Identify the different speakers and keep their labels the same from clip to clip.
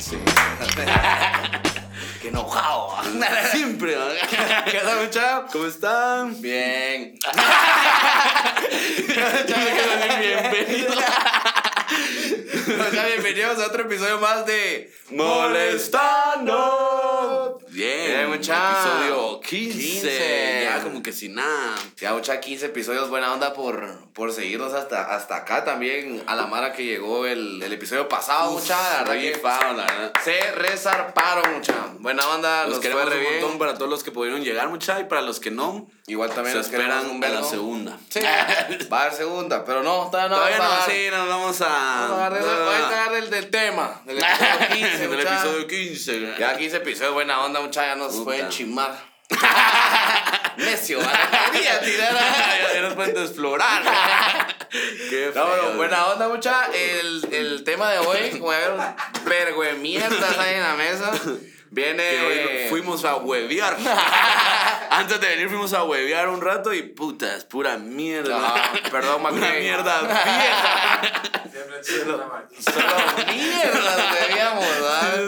Speaker 1: Sí.
Speaker 2: Qué enojado.
Speaker 1: Siempre. ¿no?
Speaker 2: ¿Qué tal, muchacho?
Speaker 1: ¿Cómo están?
Speaker 2: Bien.
Speaker 1: Ya me quiero decir bienvenido.
Speaker 2: O sea, bienvenidos a otro episodio más de
Speaker 1: Molestando.
Speaker 2: Bien, mucha.
Speaker 1: Episodio 15.
Speaker 2: 15.
Speaker 1: Ya como que sin nada.
Speaker 2: Ya, mucha 15 episodios, buena onda por, por seguirnos hasta, hasta acá también. A la Mara que llegó el, el episodio pasado, mucha. La verdad
Speaker 1: Re
Speaker 2: que
Speaker 1: rifado, la verdad.
Speaker 2: se resarparon, mucha. Buena onda,
Speaker 1: Los
Speaker 2: nos fue
Speaker 1: queremos
Speaker 2: re
Speaker 1: un
Speaker 2: bien.
Speaker 1: montón para todos los que pudieron llegar, mucha, y para los que no,
Speaker 2: Igual también
Speaker 1: se
Speaker 2: nos queremos
Speaker 1: esperan
Speaker 2: un
Speaker 1: a la
Speaker 2: vergo.
Speaker 1: segunda.
Speaker 2: Sí, va a haber segunda, pero no, todavía no
Speaker 1: Todavía
Speaker 2: va a
Speaker 1: no,
Speaker 2: dar.
Speaker 1: sí, no, vamos a...
Speaker 2: Vamos a Ah. agarrar-
Speaker 1: no, no,
Speaker 2: vamos a
Speaker 1: no.
Speaker 2: agarrar el del tema, del episodio 15,
Speaker 1: En el
Speaker 2: mucha.
Speaker 1: episodio 15.
Speaker 2: Ya 15 episodios, buena onda, mucha, ya nos
Speaker 1: Puta.
Speaker 2: pueden chimar. Necio, ¿vale? quería tirar a-
Speaker 1: ya, ya nos pueden desflorar. Qué
Speaker 2: No,
Speaker 1: feo,
Speaker 2: pero buena onda, mucha. El, el tema de hoy, como ya vieron, vergo de mierdas ahí en la mesa.
Speaker 1: Que
Speaker 2: Viene.
Speaker 1: hoy fuimos a huevear. Antes de venir fuimos a huevear un rato y puta, es pura mierda.
Speaker 2: No, perdón,
Speaker 1: Una
Speaker 2: McLean.
Speaker 1: mierda vieja.
Speaker 2: Solo mierdas bebíamos, ¿verdad?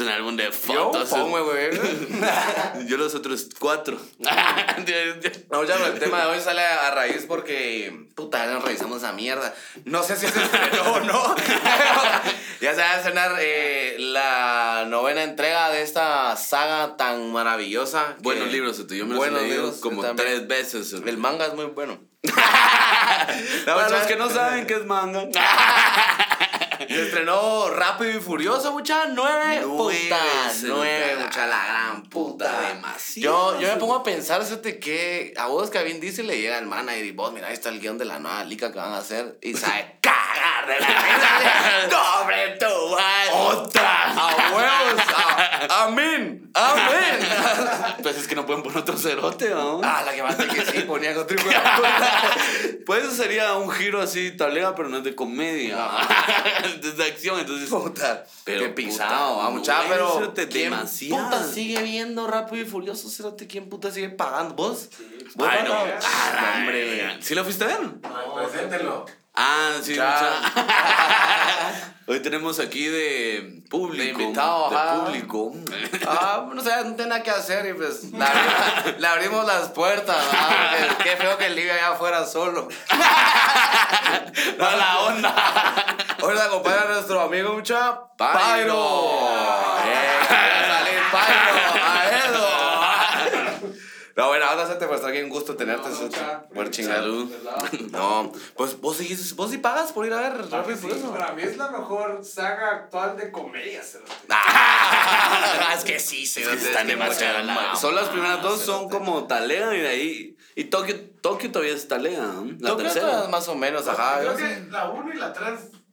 Speaker 1: Un álbum de
Speaker 2: Yo
Speaker 1: fotos.
Speaker 2: pongo, güey.
Speaker 1: Yo los otros cuatro.
Speaker 2: No, ya, pero el tema de hoy sale a raíz porque, puta, ya nos revisamos esa mierda. No sé si se estrenó o no. ya se va a estrenar eh, la novena entrega de esta saga tan maravillosa. que-
Speaker 1: Buenos libros, Eto, yo me los he
Speaker 2: Buenos
Speaker 1: leído
Speaker 2: libros,
Speaker 1: como
Speaker 2: yo también.
Speaker 1: tres veces.
Speaker 2: El manga es muy bueno.
Speaker 1: Para los que no saben qué es manga.
Speaker 2: Se estrenó Rápido y Furioso, mucha. Nueve.
Speaker 1: Nueve,
Speaker 2: puta.
Speaker 1: se
Speaker 2: Nueve,
Speaker 1: nota.
Speaker 2: mucha. La gran puta.
Speaker 1: Puta, demasiado.
Speaker 2: Yo, yo me pongo a pensar, fíjate, que a vos que a Vin Diesel le llega el manager y vos, mira, ahí está el guión de la nueva lica que van a hacer. Y sabe cagar de la risa. ¡Dobre tu madre!
Speaker 1: ¡Otra!
Speaker 2: ¡A huevos! a- ¡Amén! ¡Amén!
Speaker 1: Pues es que no pueden poner otro cerote, ¿no?
Speaker 2: ah, la que más que sí ponía con triple puta.
Speaker 1: Pues eso sería un giro así, talega, pero no es de comedia. es de acción, entonces.
Speaker 2: Puta.
Speaker 1: Pero,
Speaker 2: qué pisado,
Speaker 1: puta,
Speaker 2: va, mucha,
Speaker 1: no,
Speaker 2: pero.
Speaker 1: cerote,
Speaker 2: ¿Quién
Speaker 1: demasiado.
Speaker 2: puta sigue viendo Rápido y Furioso? Cerote, ¿Quién puta sigue pagando? ¿Vos? ¿Vos
Speaker 1: Ay, no.
Speaker 2: pagabas?
Speaker 1: Ah,
Speaker 2: hombre,
Speaker 1: hombre,
Speaker 2: vean.
Speaker 1: ¿Sí lo fuiste a ver?
Speaker 3: Preséntelo.
Speaker 1: Ah, sí,
Speaker 2: Ya.
Speaker 1: mucha. Hoy tenemos aquí de público.
Speaker 2: De invitado,
Speaker 1: de
Speaker 2: ajá.
Speaker 1: público.
Speaker 2: Ah, no sé, no tenía nada que hacer y pues le abrimos, le abrimos las puertas. ah, pues, qué feo que el Livia allá afuera solo.
Speaker 1: No, la onda.
Speaker 2: Hoy nos acompaña nuestro amigo mucha Pairo. Eh, ya sale Pairo, a eso. No, bueno, ahora se te fue aquí un gusto tenerte.
Speaker 3: No,
Speaker 2: Sete.
Speaker 3: mucha.
Speaker 2: Buen
Speaker 1: Salud.
Speaker 2: chingado. No, pues vos sigues, vos sí pagas por ir a ver Rápido y Furioso.
Speaker 3: para mí es la mejor saga actual de comedia, cerote.
Speaker 2: Ah, es que sí, se
Speaker 1: que están demasiado a la
Speaker 2: mal.
Speaker 1: mano.
Speaker 2: Son las primeras dos, son
Speaker 1: Son como talega y de ahí. Y Tokio, Tokio todavía es talega. ¿no? La
Speaker 2: Yo creo que
Speaker 1: tercera.
Speaker 2: más o menos, ajá.
Speaker 3: Creo
Speaker 2: Ah, yo
Speaker 3: que
Speaker 2: sí.
Speaker 3: la 1 y la 3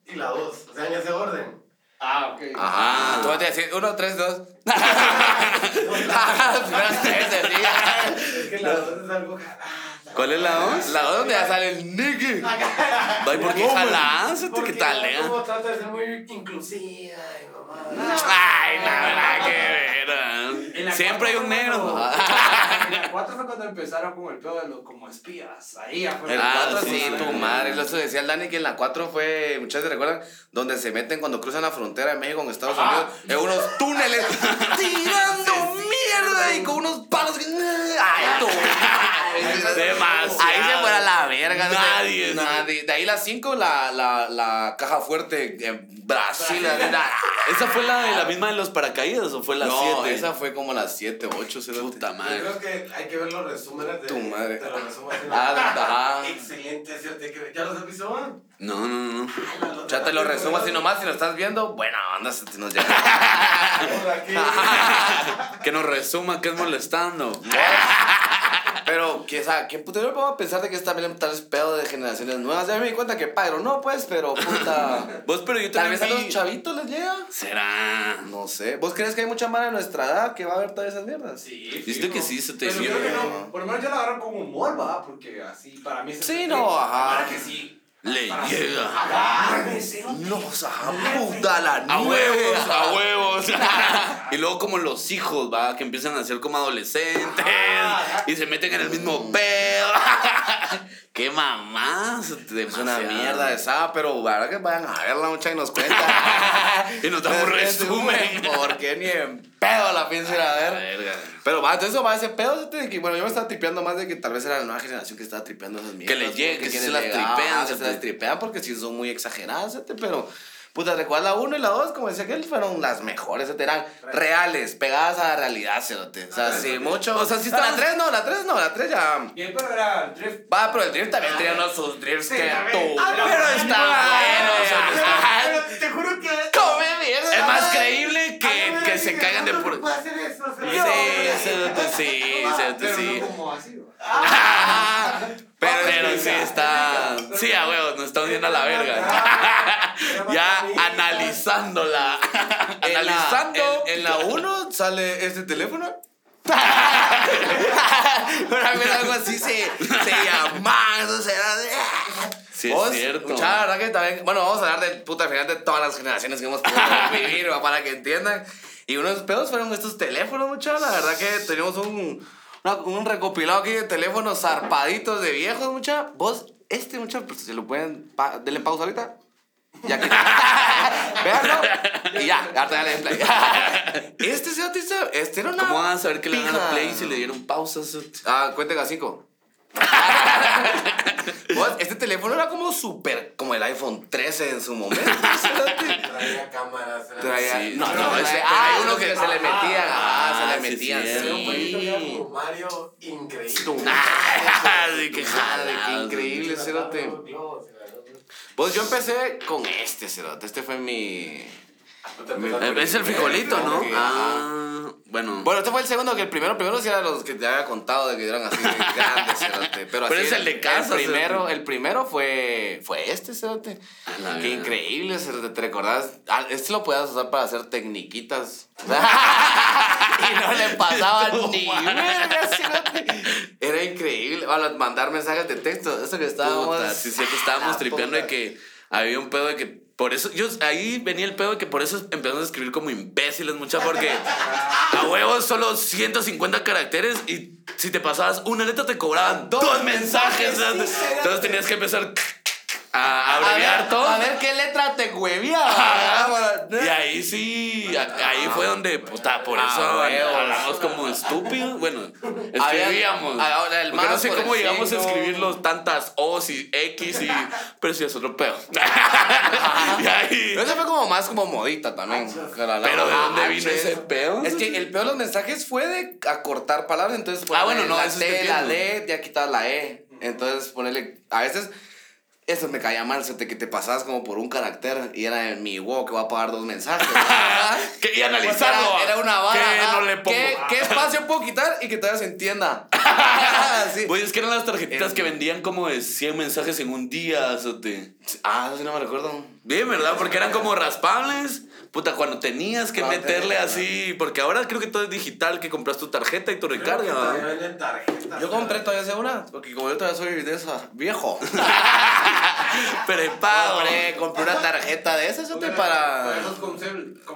Speaker 3: y la 2. O sea, en ese orden. Ah, ok.
Speaker 2: Ajá. Tú vas a decir, uno, tres, dos. Ajá, las primeras tres del día.
Speaker 3: Es que la 2 es algo. Ah,
Speaker 1: ¿Cuál es la onda?
Speaker 2: La dos donde ya sale el Nicky.
Speaker 1: Ay, ¿por qué
Speaker 2: No,
Speaker 1: jalás? ¿Qué
Speaker 3: porque
Speaker 1: tal,
Speaker 3: no,
Speaker 1: eh?
Speaker 3: Como trata de ser muy inclusiva y mamá.
Speaker 1: Ay, no, nada que ver. ah. Siempre hay un negro.
Speaker 3: En la 4 fue cuando empezaron con el pedo de los como espías. Ahí afuera.
Speaker 2: El
Speaker 1: Ah,
Speaker 2: 4
Speaker 1: sí,
Speaker 2: sí,
Speaker 1: sí.
Speaker 2: tu madre. Lo eso decía el Dani que en la 4 fue, muchachos, ¿se recuerdan? Donde se meten cuando cruzan la frontera de México con Estados
Speaker 3: Ah.
Speaker 2: Unidos. En unos túneles tirando mierda y con unos palos. que- Ay, tu madre.
Speaker 1: Demasiado.
Speaker 2: Ahí se fuera la verga.
Speaker 1: Nadie.
Speaker 2: Nadie. De ahí la 5, la, la, la caja fuerte en Brasil.
Speaker 1: ¿Esa fue la de la misma de los paracaídas o fue la
Speaker 2: no,
Speaker 1: 7?
Speaker 2: esa fue como las 7, 8,
Speaker 1: Puta madre.
Speaker 3: Yo creo que hay que ver los resúmenes de.
Speaker 2: Tu madre.
Speaker 3: de los resúmenes.
Speaker 2: Ah, ajá.
Speaker 3: Excelente, cerote, que- ¿Ya los has visto? man?
Speaker 1: No, no, no.
Speaker 2: Ya te lo resumo así nomás, si lo estás viendo, buena onda se te nos llega.
Speaker 3: Por aquí.
Speaker 1: Que nos resuma, que es molestando.
Speaker 2: Pero, que, o sea, ¿qué puta? Yo me pongo a pensar de que es también tal vez pedo de generaciones nuevas. Ya me di cuenta que Pyro no, pues, pero puta.
Speaker 1: Vos, pero yo
Speaker 2: tal vez
Speaker 1: también
Speaker 2: a los
Speaker 1: vi-
Speaker 2: chavitos les llega.
Speaker 1: Será.
Speaker 2: No sé. ¿Vos crees que hay mucha mano de nuestra edad que va a ver todas esas mierdas?
Speaker 3: Sí.
Speaker 1: Yo siento
Speaker 3: fijo.
Speaker 1: que sí, se te
Speaker 3: Pero
Speaker 1: hicieron.
Speaker 3: creo que no. Por lo menos ya lo agarraron con humor, va, porque así para mí es.
Speaker 2: Sí, no, ajá.
Speaker 3: Para que sí.
Speaker 1: Le
Speaker 3: Para-
Speaker 1: llega.
Speaker 3: Ajá, me sé, ok.
Speaker 2: No, o sea, puta la
Speaker 1: A
Speaker 2: nueve,
Speaker 1: huevos,
Speaker 2: ajá.
Speaker 1: a huevos. y luego como los hijos, va, que empiezan a ser como adolescentes
Speaker 2: Ah,
Speaker 1: y se meten en el
Speaker 2: mm.
Speaker 1: mismo pedo. Qué mamás. Ah,
Speaker 2: Es una mierda esa, pero la verdad que vayan a verla mucha y nos cuentan.
Speaker 1: Y nos da un resumen.
Speaker 2: Porque ni en pedo la pienso ir a ver.
Speaker 1: Verga.
Speaker 2: Pero va, entonces eso va, ese pedo se tiene que. Bueno, yo me estaba tripeando más de que tal vez era la nueva generación que estaba tripeando esas mierdas.
Speaker 1: le
Speaker 2: porque
Speaker 1: llegue, que sí
Speaker 2: quieren
Speaker 1: se las
Speaker 2: llegar,
Speaker 1: tripean,
Speaker 2: ajá,
Speaker 1: se
Speaker 2: se las
Speaker 1: tri-
Speaker 2: tripean porque sí son muy exageradas, ¿sí? pero. Puta, recuerda la 1 y la 2, como decía aquel, fueron las mejores, ¿sí? eran reales, pegadas a la realidad, ¿sí? O sea,
Speaker 1: Ah,
Speaker 2: sí, mucho. O sea, sí,
Speaker 1: estaban-
Speaker 2: la 3 no, la 3 no, la 3 ya.
Speaker 3: Y el perro era el drift.
Speaker 2: Va, pero el drift también tenía unos sus drifts
Speaker 3: Sí,
Speaker 2: que
Speaker 3: también.
Speaker 2: tú.
Speaker 3: Ah,
Speaker 2: pero
Speaker 3: pero
Speaker 2: está
Speaker 1: Ah, bueno,
Speaker 2: bueno,
Speaker 3: Pero te juro que.
Speaker 2: Come mierda.
Speaker 1: Es más creíble
Speaker 3: Ay, no
Speaker 1: que,
Speaker 3: me
Speaker 1: que
Speaker 3: digas
Speaker 1: se cagan de
Speaker 3: no, no
Speaker 1: puro.
Speaker 3: puedo hacer eso, o sea,
Speaker 1: Sí,
Speaker 3: no,
Speaker 1: sí, sí,
Speaker 3: pero
Speaker 1: sí. Ah,
Speaker 3: no como así. ¿no?
Speaker 1: Pero,
Speaker 2: Ah. Pero
Speaker 1: pero
Speaker 2: es
Speaker 1: sí
Speaker 2: rica.
Speaker 1: está. Sí, a huevos, nos estamos yendo a la verga.
Speaker 3: Ah,
Speaker 1: Ya
Speaker 3: pero no
Speaker 1: analizándola.
Speaker 2: En la-
Speaker 1: Analizando.
Speaker 2: En en la 1 sale este teléfono. Una vez algo así se, se llama, eso será de...
Speaker 1: Sí, es
Speaker 2: Vos,
Speaker 1: cierto.
Speaker 2: mucha, la verdad que también, bueno, vamos a hablar del puta final de todas las generaciones que hemos podido vivir, va, para que entiendan. Y uno de los pedos fueron estos teléfonos, muchachos. La verdad que teníamos un, una- un recopilado aquí de teléfonos zarpaditos de viejos, muchachos. Vos, este, muchachos, pues, se lo pueden, pa- denle pausa ahorita. Ya que. Véanlo. Y ya, ahorita ya le den play. Este se bautiza, este era una.
Speaker 1: ¿Cómo van a saber que le van a
Speaker 2: pija.
Speaker 1: play si le dieron pausas?
Speaker 2: Ah, cuenten a cinco. Vos, este teléfono era como súper, como el iPhone 13 en su momento.
Speaker 4: Traía cámaras. era-
Speaker 2: Traía,
Speaker 1: Sí,
Speaker 2: no, no,
Speaker 1: no,
Speaker 2: ese-
Speaker 1: ese-
Speaker 2: ah,
Speaker 1: pero
Speaker 2: uno que se le metían,
Speaker 3: Ah,
Speaker 2: ajá, se le
Speaker 1: sí,
Speaker 2: metían.
Speaker 1: ah, sí,
Speaker 4: Era un
Speaker 2: sí.
Speaker 4: jueguito que era como Mario increíble.
Speaker 2: Tu
Speaker 1: Ay, qué
Speaker 2: madre, Ah, qué
Speaker 1: jalada.
Speaker 2: increíble, cerote.
Speaker 4: Los globos, era-
Speaker 2: Vos, yo empecé con este, cerote. Este fue mi...
Speaker 4: No te
Speaker 2: Pues,
Speaker 4: acuerdas.
Speaker 1: Eh, Es el frijolito, ¿no?
Speaker 2: Ok,
Speaker 1: Ah, bueno.
Speaker 2: Bueno, este fue el segundo, que el primero, primero sí era los que te había contado de que eran así de grandes, cerote.
Speaker 1: Pero
Speaker 2: Pero, así
Speaker 1: es el de casa,
Speaker 2: El primero,
Speaker 1: cerote.
Speaker 2: el primero fue, fue este, cerote.
Speaker 1: A la verga.
Speaker 2: Qué increíble, cerote. ¿Te recordás? Ah, Este lo podías usar para hacer tecniquitas. y no le pasaba
Speaker 1: No,
Speaker 2: ni
Speaker 1: man.
Speaker 2: verga, cerote. Era increíble. Bueno, mandar mensajes de texto. Eso que estábamos...
Speaker 1: Puta, sí, sí, que estábamos
Speaker 2: Ah,
Speaker 1: tripeando de
Speaker 2: puta.
Speaker 1: que había un pedo de que por eso yo ahí venía el pedo de que por eso empezamos a escribir como imbéciles mucha porque a huevos solo 150 caracteres y si te pasabas una letra te cobraban dos, mensajes.
Speaker 4: mensajes,
Speaker 1: ¿sabes?
Speaker 4: sí,
Speaker 1: Entonces tenías que empezar a
Speaker 2: A
Speaker 1: abreviar
Speaker 2: ver,
Speaker 1: todo. Ah,
Speaker 2: a ver qué letra te
Speaker 1: Ajá.
Speaker 2: huevía.
Speaker 1: Y ahí sí, a- ahí fue donde, puta, por
Speaker 2: Ah, Ah,
Speaker 1: eso
Speaker 2: huevos.
Speaker 1: hablamos como estúpidos. Bueno,
Speaker 2: Había-
Speaker 1: escribíamos.
Speaker 2: ah, ahora el
Speaker 1: Porque no
Speaker 2: más
Speaker 1: sé
Speaker 2: por el
Speaker 1: cómo llegamos a
Speaker 2: signo.
Speaker 1: escribir los tantas O's y X y. Pero sí es otro pedo. y ahí.
Speaker 2: Pero esa fue como más como modita también.
Speaker 1: Pero ¿de dónde
Speaker 2: Ah,
Speaker 1: vino
Speaker 2: ches.
Speaker 1: ese pedo?
Speaker 2: Es que el peor de los mensajes fue de acortar palabras, entonces
Speaker 1: Ah, bueno, no,
Speaker 2: la
Speaker 1: eso sí te
Speaker 2: T, la D,
Speaker 1: entiendo.
Speaker 2: ya quitas la E. Entonces ponerle, a veces, eso me caía mal, se te, que te pasabas como por un carácter y era en mi wow que va a pagar dos mensajes.
Speaker 1: Que- y
Speaker 2: Porque
Speaker 1: analizarlo.
Speaker 2: Era, era una vara.
Speaker 1: ¿Qué
Speaker 2: ajá.
Speaker 1: no le pongo?
Speaker 2: ¿Qué, qué espacio puedo quitar y que todavía se entienda? Sí. Eh.
Speaker 1: Güey, es que eran las tarjetitas
Speaker 2: El-
Speaker 1: que vendían como de 100 mensajes en un día, azote.
Speaker 2: Ah, eso sí no me recuerdo.
Speaker 1: Bien, ¿verdad? Porque eran como raspables. Puta, cuando tenías que
Speaker 2: Cuando
Speaker 1: meterle
Speaker 2: tenías,
Speaker 1: así. Porque ahora creo que todo es digital, que compras tu tarjeta y tu
Speaker 4: Creo que
Speaker 1: recarga.
Speaker 4: todavía
Speaker 1: ¿verdad?
Speaker 4: venden tarjetas.
Speaker 2: Yo compré todavía esa una, porque como yo todavía soy de esa, viejo.
Speaker 1: Prepago.
Speaker 2: Hombre, compré una tarjeta de esas,
Speaker 3: Una-
Speaker 2: ¿sabes?
Speaker 3: Para
Speaker 2: Para.
Speaker 3: esos conceptos.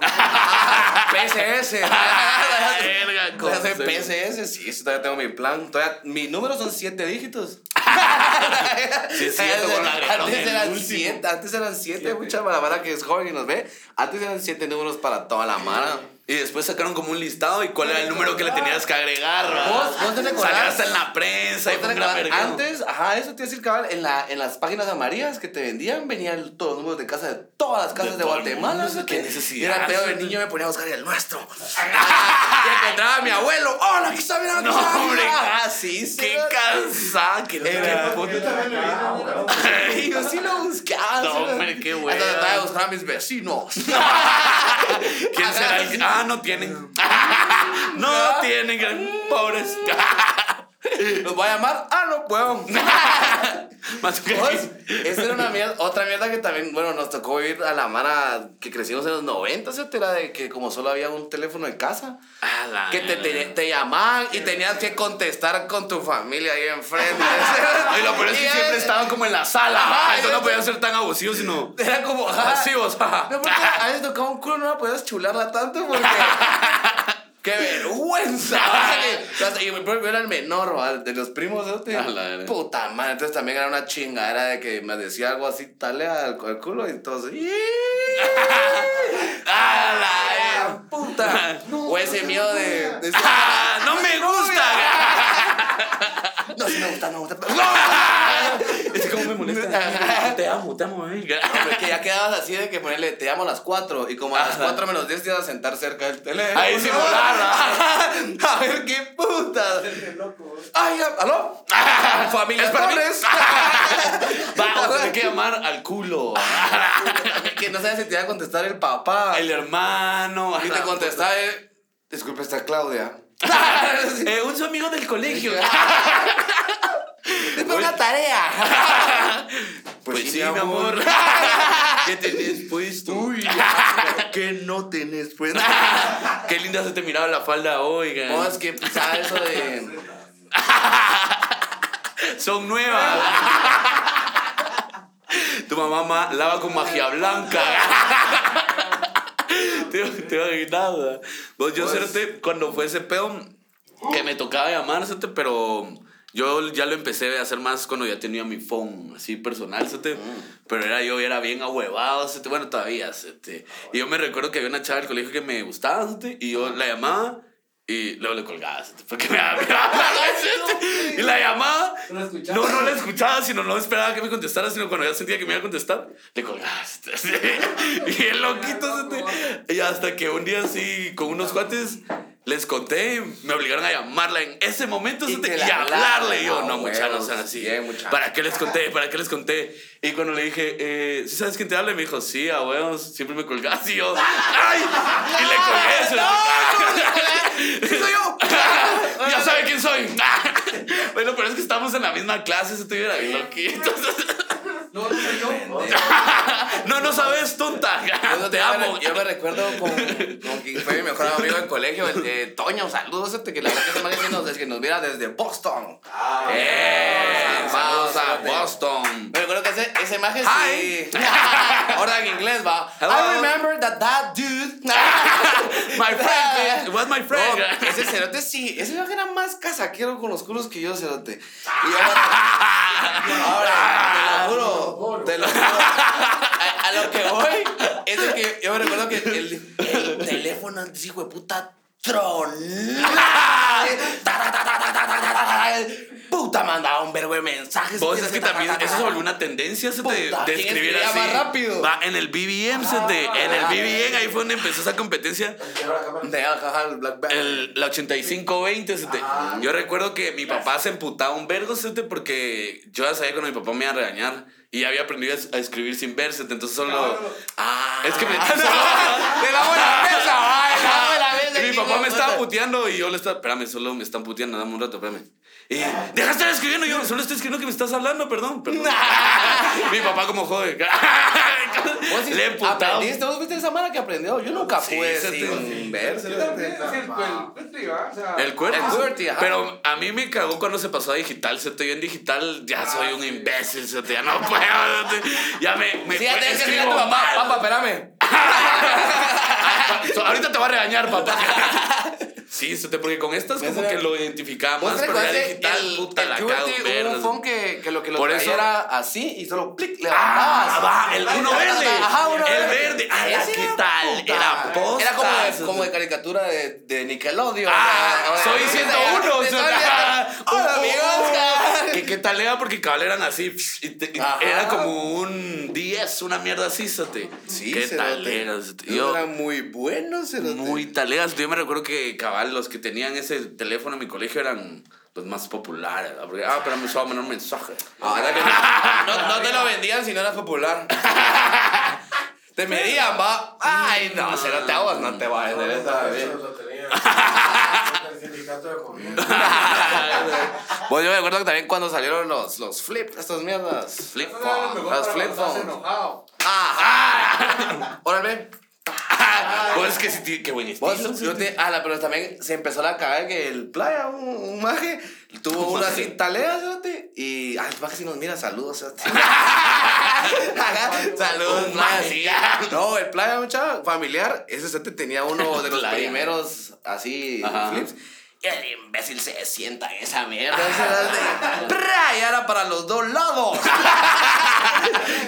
Speaker 2: PSS.
Speaker 1: Ah, verga,
Speaker 2: Todavía soy
Speaker 1: con-
Speaker 2: PSS, sí, sí, todavía tengo mi plan. Todavía, mis números son siete dígitos.
Speaker 1: Sí, es cierto, con la agregaron
Speaker 2: antes
Speaker 1: el
Speaker 2: eran
Speaker 1: último.
Speaker 2: siete, antes eran siete,
Speaker 3: Siete.
Speaker 2: mucha para la vara que es joven y nos ve. Antes eran siete números para toda la mara.
Speaker 1: Y después sacaron como un listado y cuál era el número que le tenías que agregar. ¿verdad?
Speaker 2: ¿Vos- vos te recordás?
Speaker 1: Salió hasta en la prensa y fue un gran vergueo.
Speaker 2: Antes, ajá, eso te iba a decir, cabal, en, la, en las páginas amarillas que te vendían, venían todos los números de casa de todas las casas de,
Speaker 1: De todo el
Speaker 2: Guatemala.
Speaker 1: mundo,
Speaker 2: ¿sí?
Speaker 1: qué necesidad,
Speaker 2: Era pedo de
Speaker 1: ¿sí?
Speaker 2: niño, me ponía a buscar el nuestro. y encontraba a mi abuelo. ¡Hola, aquí está, mira! aquí
Speaker 1: No,
Speaker 2: está,
Speaker 1: hombre,
Speaker 2: mira". Ah, sí, sí.
Speaker 1: Qué cansada que
Speaker 2: Era-
Speaker 1: qué puta-
Speaker 4: Yo también lo vi,
Speaker 3: Ah,
Speaker 4: ¿no?
Speaker 3: bueno.
Speaker 2: Y yo sí lo buscaba.
Speaker 1: No,
Speaker 2: sí lo-
Speaker 1: hombre, qué
Speaker 2: Hasta
Speaker 1: hueva.
Speaker 2: trataba de buscar a mis vecinos.
Speaker 1: ¿Quién será el.? Ah, no tienen. no tienen, gran- pobres.
Speaker 2: ¿Los voy a llamar? Ah, no puedo.
Speaker 1: Más que.
Speaker 2: Vos, Pues, esa era una mierda, otra mierda que también, bueno, nos tocó vivir a la mara que crecimos en los 90, ¿sí? Era de que como solo había un teléfono en casa,
Speaker 1: A la
Speaker 2: que te, te,
Speaker 1: verga.
Speaker 2: te llamaban y tenías que contestar con tu familia ahí enfrente.
Speaker 1: Ay, lo peor es que
Speaker 2: Y
Speaker 1: siempre
Speaker 2: es-
Speaker 1: estaban como en la sala.
Speaker 2: Ajá,
Speaker 1: ajá, entonces
Speaker 2: era-
Speaker 1: no podían ser tan abusivos, sino.
Speaker 2: Era como, ajá.
Speaker 1: Pasivos, ajá.
Speaker 2: No, porque a veces tocaba un culo, no la podías chularla tanto porque. ¡Qué vergüenza! ¿vale? y mi propio era el menor, ¿vale? de los primos, ¿no?
Speaker 1: A la verga.
Speaker 2: Puta madre, entonces también era una chingadera de que me decía algo así, tale al, al culo y todos. "Ih". miedo de. de-
Speaker 1: ¡Ah, ¡No me gusta!
Speaker 2: No, si me gusta, no me gusta.
Speaker 1: Es como me molesta. Te amo, te amo, eh.
Speaker 2: Hombre, que ya quedabas así de que ponerle te llamo a las 4 y como a las
Speaker 1: Ajá.
Speaker 2: 4 menos 10 te ibas a sentar cerca del teléfono.
Speaker 1: Ahí sí volar,
Speaker 2: A ver qué putas. Ay, ya- ¿aló? Familia
Speaker 1: ¿Es para mí?
Speaker 2: Torres.
Speaker 1: Vamos, a tener que llamar al culo.
Speaker 2: que no sabes si te iba a contestar Ah. el papá.
Speaker 1: El hermano.
Speaker 2: Y te contestaba, eh, disculpe, está Claudia.
Speaker 1: Eh, un su amigo del colegio.
Speaker 2: Es para una tarea.
Speaker 1: Pues, sí, mi amor. ¿Qué tenés puesto?
Speaker 2: Uy, ¿qué no tenés, pues?
Speaker 1: Qué linda se te miraba la falda, oiga.
Speaker 2: No, es que pensaba eso de.
Speaker 1: Son nuevas. tu mamá ma- lava con magia blanca. te te iba a gritar, ¿verdad? Vos, yo, certe, cuando fue ese pedo, que me tocaba llamar, certe, pero yo ya lo empecé a hacer más cuando ya tenía mi phone, así personal, certe. Pero era yo, era bien ahuevado, certe, bueno, todavía, certe. Y yo me recuerdo que había una chava del colegio que me gustaba, certe, y yo la llamaba. Y luego le colgaba, certe, porque me daba miedo hablarle, certe. Y la llamaba
Speaker 3: No la escuchaba.
Speaker 1: no, no la escuchaba, sino no esperaba que me contestara, sino cuando ya sentía que me iba a contestar, le colgaste. Y el loquito se te- Y hasta que un día así, con unos cuates, les conté, me obligaron a llamarla en ese momento
Speaker 2: Y
Speaker 1: se te-
Speaker 2: te
Speaker 1: y,
Speaker 2: la hablaron,
Speaker 1: hablarle. Y yo,
Speaker 2: ah,
Speaker 1: no, muchachos, no
Speaker 2: huevos,
Speaker 1: sean así.
Speaker 2: bien, mucha.
Speaker 1: ¿Para qué les conté? ¿Para qué les conté? Y cuando le dije, eh, ¿sí sabes quién te habla? Y me dijo, sí, a huevos, siempre me colgas. Y yo, ¡ay! Y le colgué. se lo-
Speaker 2: ¿Qué soy yo?
Speaker 1: ya sabe quién soy. bueno, pero es que estamos en la misma clase, se te hubiera bien loquito.
Speaker 3: No, no soy yo.
Speaker 1: no, no sabes, tonta.
Speaker 2: Yo
Speaker 1: Te
Speaker 2: me re-
Speaker 1: amo.
Speaker 2: Ah, Yo me recuerdo con, con quien fue mi mejor amigo del colegio, el de Toño. Saludos, este, que la verdad que ese man es que nos, es que nos viera desde Boston.
Speaker 4: Ah,
Speaker 1: Eh,
Speaker 2: Vamos
Speaker 1: vamos
Speaker 2: a
Speaker 1: a Boston.
Speaker 2: Me recuerdo que ese, ese maje sí.
Speaker 1: Hi.
Speaker 2: Ahora en inglés va.
Speaker 1: Hello.
Speaker 2: I remember that that dude.
Speaker 1: My friend, it was my friend.
Speaker 2: No, ese cerote sí, ese maje era más casaquero con los culos que yo, cerote. Y ahora, ahora, te lo juro, te lo juro. A, a lo que voy, es de que yo me recuerdo que el, el teléfono antes, hijo de puta, tronaba. Puta, mandaba un verbo de mensajes.
Speaker 1: Vos es que también eso se volvió una tendencia se Ah. te-
Speaker 2: Puta,
Speaker 1: de
Speaker 2: ¿quién
Speaker 1: escribir
Speaker 2: escribía
Speaker 1: así.
Speaker 2: más rápido?
Speaker 1: Va en el BBM, se te- en el BBM ahí fue donde empezó esa competencia.
Speaker 4: Lleva la cámara.
Speaker 2: De ajá, el Blackberry.
Speaker 1: El, la 85-20, se te-
Speaker 4: Ajá.
Speaker 1: yo recuerdo que mi papá se emputaba un vergo, se te, porque yo ya sabía que mi papá me iba a regañar y ya había aprendido a, a escribir sin verse, entonces solo...
Speaker 3: Claro.
Speaker 1: Ah, es que me...
Speaker 2: Ah, no. Le damos la mesa, va, le damos la mesa,
Speaker 1: Y mi
Speaker 2: hijo
Speaker 1: papá
Speaker 2: de
Speaker 1: me
Speaker 2: puta.
Speaker 1: estaba puteando y yo le estaba... Espérame, solo me están puteando, dame un rato, espérame. Y, deja de estar escribiendo, yo solo estoy escribiendo que me estás hablando, perdón. perdón. mi papá como jode.
Speaker 2: Vos sí
Speaker 1: le he emputado.
Speaker 2: Aprendiste, pues, vos viste esa mala que aprendió. Yo nunca
Speaker 1: Sí,
Speaker 2: pude
Speaker 1: ese
Speaker 2: sin
Speaker 1: te-
Speaker 2: ver.
Speaker 3: Yo también, es el cuerpo, ¿verdad? O sea,
Speaker 1: El cuerpo.
Speaker 2: El QWERTY, ajá.
Speaker 1: Pero a mí me cagó cuando se pasó a digital. Se te yo en digital,
Speaker 2: Ah,
Speaker 1: ya soy un
Speaker 3: sí.
Speaker 1: imbécil. Se te ya no puedo. se te- ya me. me
Speaker 2: Sí, ya tenés que decirle a tu
Speaker 1: escribo
Speaker 2: mamá,
Speaker 1: mal.
Speaker 2: papá, espérame.
Speaker 1: Ah, pa- Ahorita te va a regañar, papá. Sí, se te, porque con estas como
Speaker 2: Ese-
Speaker 1: que lo identificaba
Speaker 2: ¿Vos
Speaker 1: más,
Speaker 2: te
Speaker 1: pero ya
Speaker 2: acuerdas de
Speaker 1: digital,
Speaker 2: el-
Speaker 1: puta,
Speaker 2: el
Speaker 1: la
Speaker 2: QWERTY
Speaker 1: cago
Speaker 2: hubo
Speaker 1: verga.
Speaker 2: un phone que, que lo que lo
Speaker 1: Por
Speaker 2: traía
Speaker 1: eso-
Speaker 2: era así y solo clic le
Speaker 1: Ah,
Speaker 2: bajabas.
Speaker 1: va, el uno verde.
Speaker 2: Ajá, uno
Speaker 1: el
Speaker 2: verde.
Speaker 1: verde. Ah,
Speaker 2: Ese
Speaker 1: ¿qué
Speaker 2: era
Speaker 1: tal?
Speaker 2: puta.
Speaker 1: Era posta.
Speaker 2: Era como de,
Speaker 1: se
Speaker 2: como
Speaker 1: te-
Speaker 2: de caricatura de, de Nickelodeon.
Speaker 1: Ah,
Speaker 2: O de-
Speaker 1: soy
Speaker 2: de-
Speaker 1: 101.
Speaker 2: de-
Speaker 1: o sea,
Speaker 2: soy-
Speaker 1: ajá.
Speaker 2: Hola,
Speaker 1: Oh, oh,
Speaker 2: amigos.
Speaker 1: ¿Y qué tal era? Porque cabal eran así. psh, y te- y
Speaker 2: Ajá.
Speaker 1: era como un 10, una mierda así, sate.
Speaker 2: Sí,
Speaker 1: ¿Qué
Speaker 2: cerote.
Speaker 1: tal era? sate?
Speaker 2: Yo
Speaker 1: Yo,
Speaker 2: era muy bueno, cerote.
Speaker 1: muy taleas. Yo me recuerdo que cabal, los que tenían ese teléfono en mi colegio eran los más populares. ¿verdad? Porque, ah, pero me usaba menor mensaje.
Speaker 2: Ahora Ah, que no, no, no te lo vendían si no eras popular. te medían, va. Ay,
Speaker 1: Mm.
Speaker 2: no, se te aguas, no te va a vender esa.
Speaker 4: Eso lo tenía. Contra El sindicato de comienzo.
Speaker 2: Bueno, yo me acuerdo que también cuando salieron los, los flip, estas mierdas.
Speaker 1: Flip
Speaker 3: eso era lo
Speaker 1: phone.
Speaker 3: mejor
Speaker 2: Las
Speaker 3: para
Speaker 2: flip
Speaker 3: cuando estás
Speaker 2: phones.
Speaker 3: enojado.
Speaker 1: Ah.
Speaker 2: Ajá. Órale.
Speaker 1: Vos Pues es que sí, ti- qué buen
Speaker 2: Vos,
Speaker 1: estilo.
Speaker 2: yo te, ala, pero también se empezó la cagada que el playa, un, un maje, tuvo una
Speaker 1: maje.
Speaker 2: así talea, cerote, y, ay, el maje si nos mira, saludos, cerote. Ajá, saludos,
Speaker 1: Un
Speaker 2: maje,
Speaker 1: maje.
Speaker 2: sí. No, el playa, un chavo familiar, ese cerote tenía uno de los
Speaker 1: Playa.
Speaker 2: primeros, así,
Speaker 1: Ajá.
Speaker 2: flips, el imbécil se sienta en esa mierda. Esa era de- ¡Pra! Y era para los dos lados.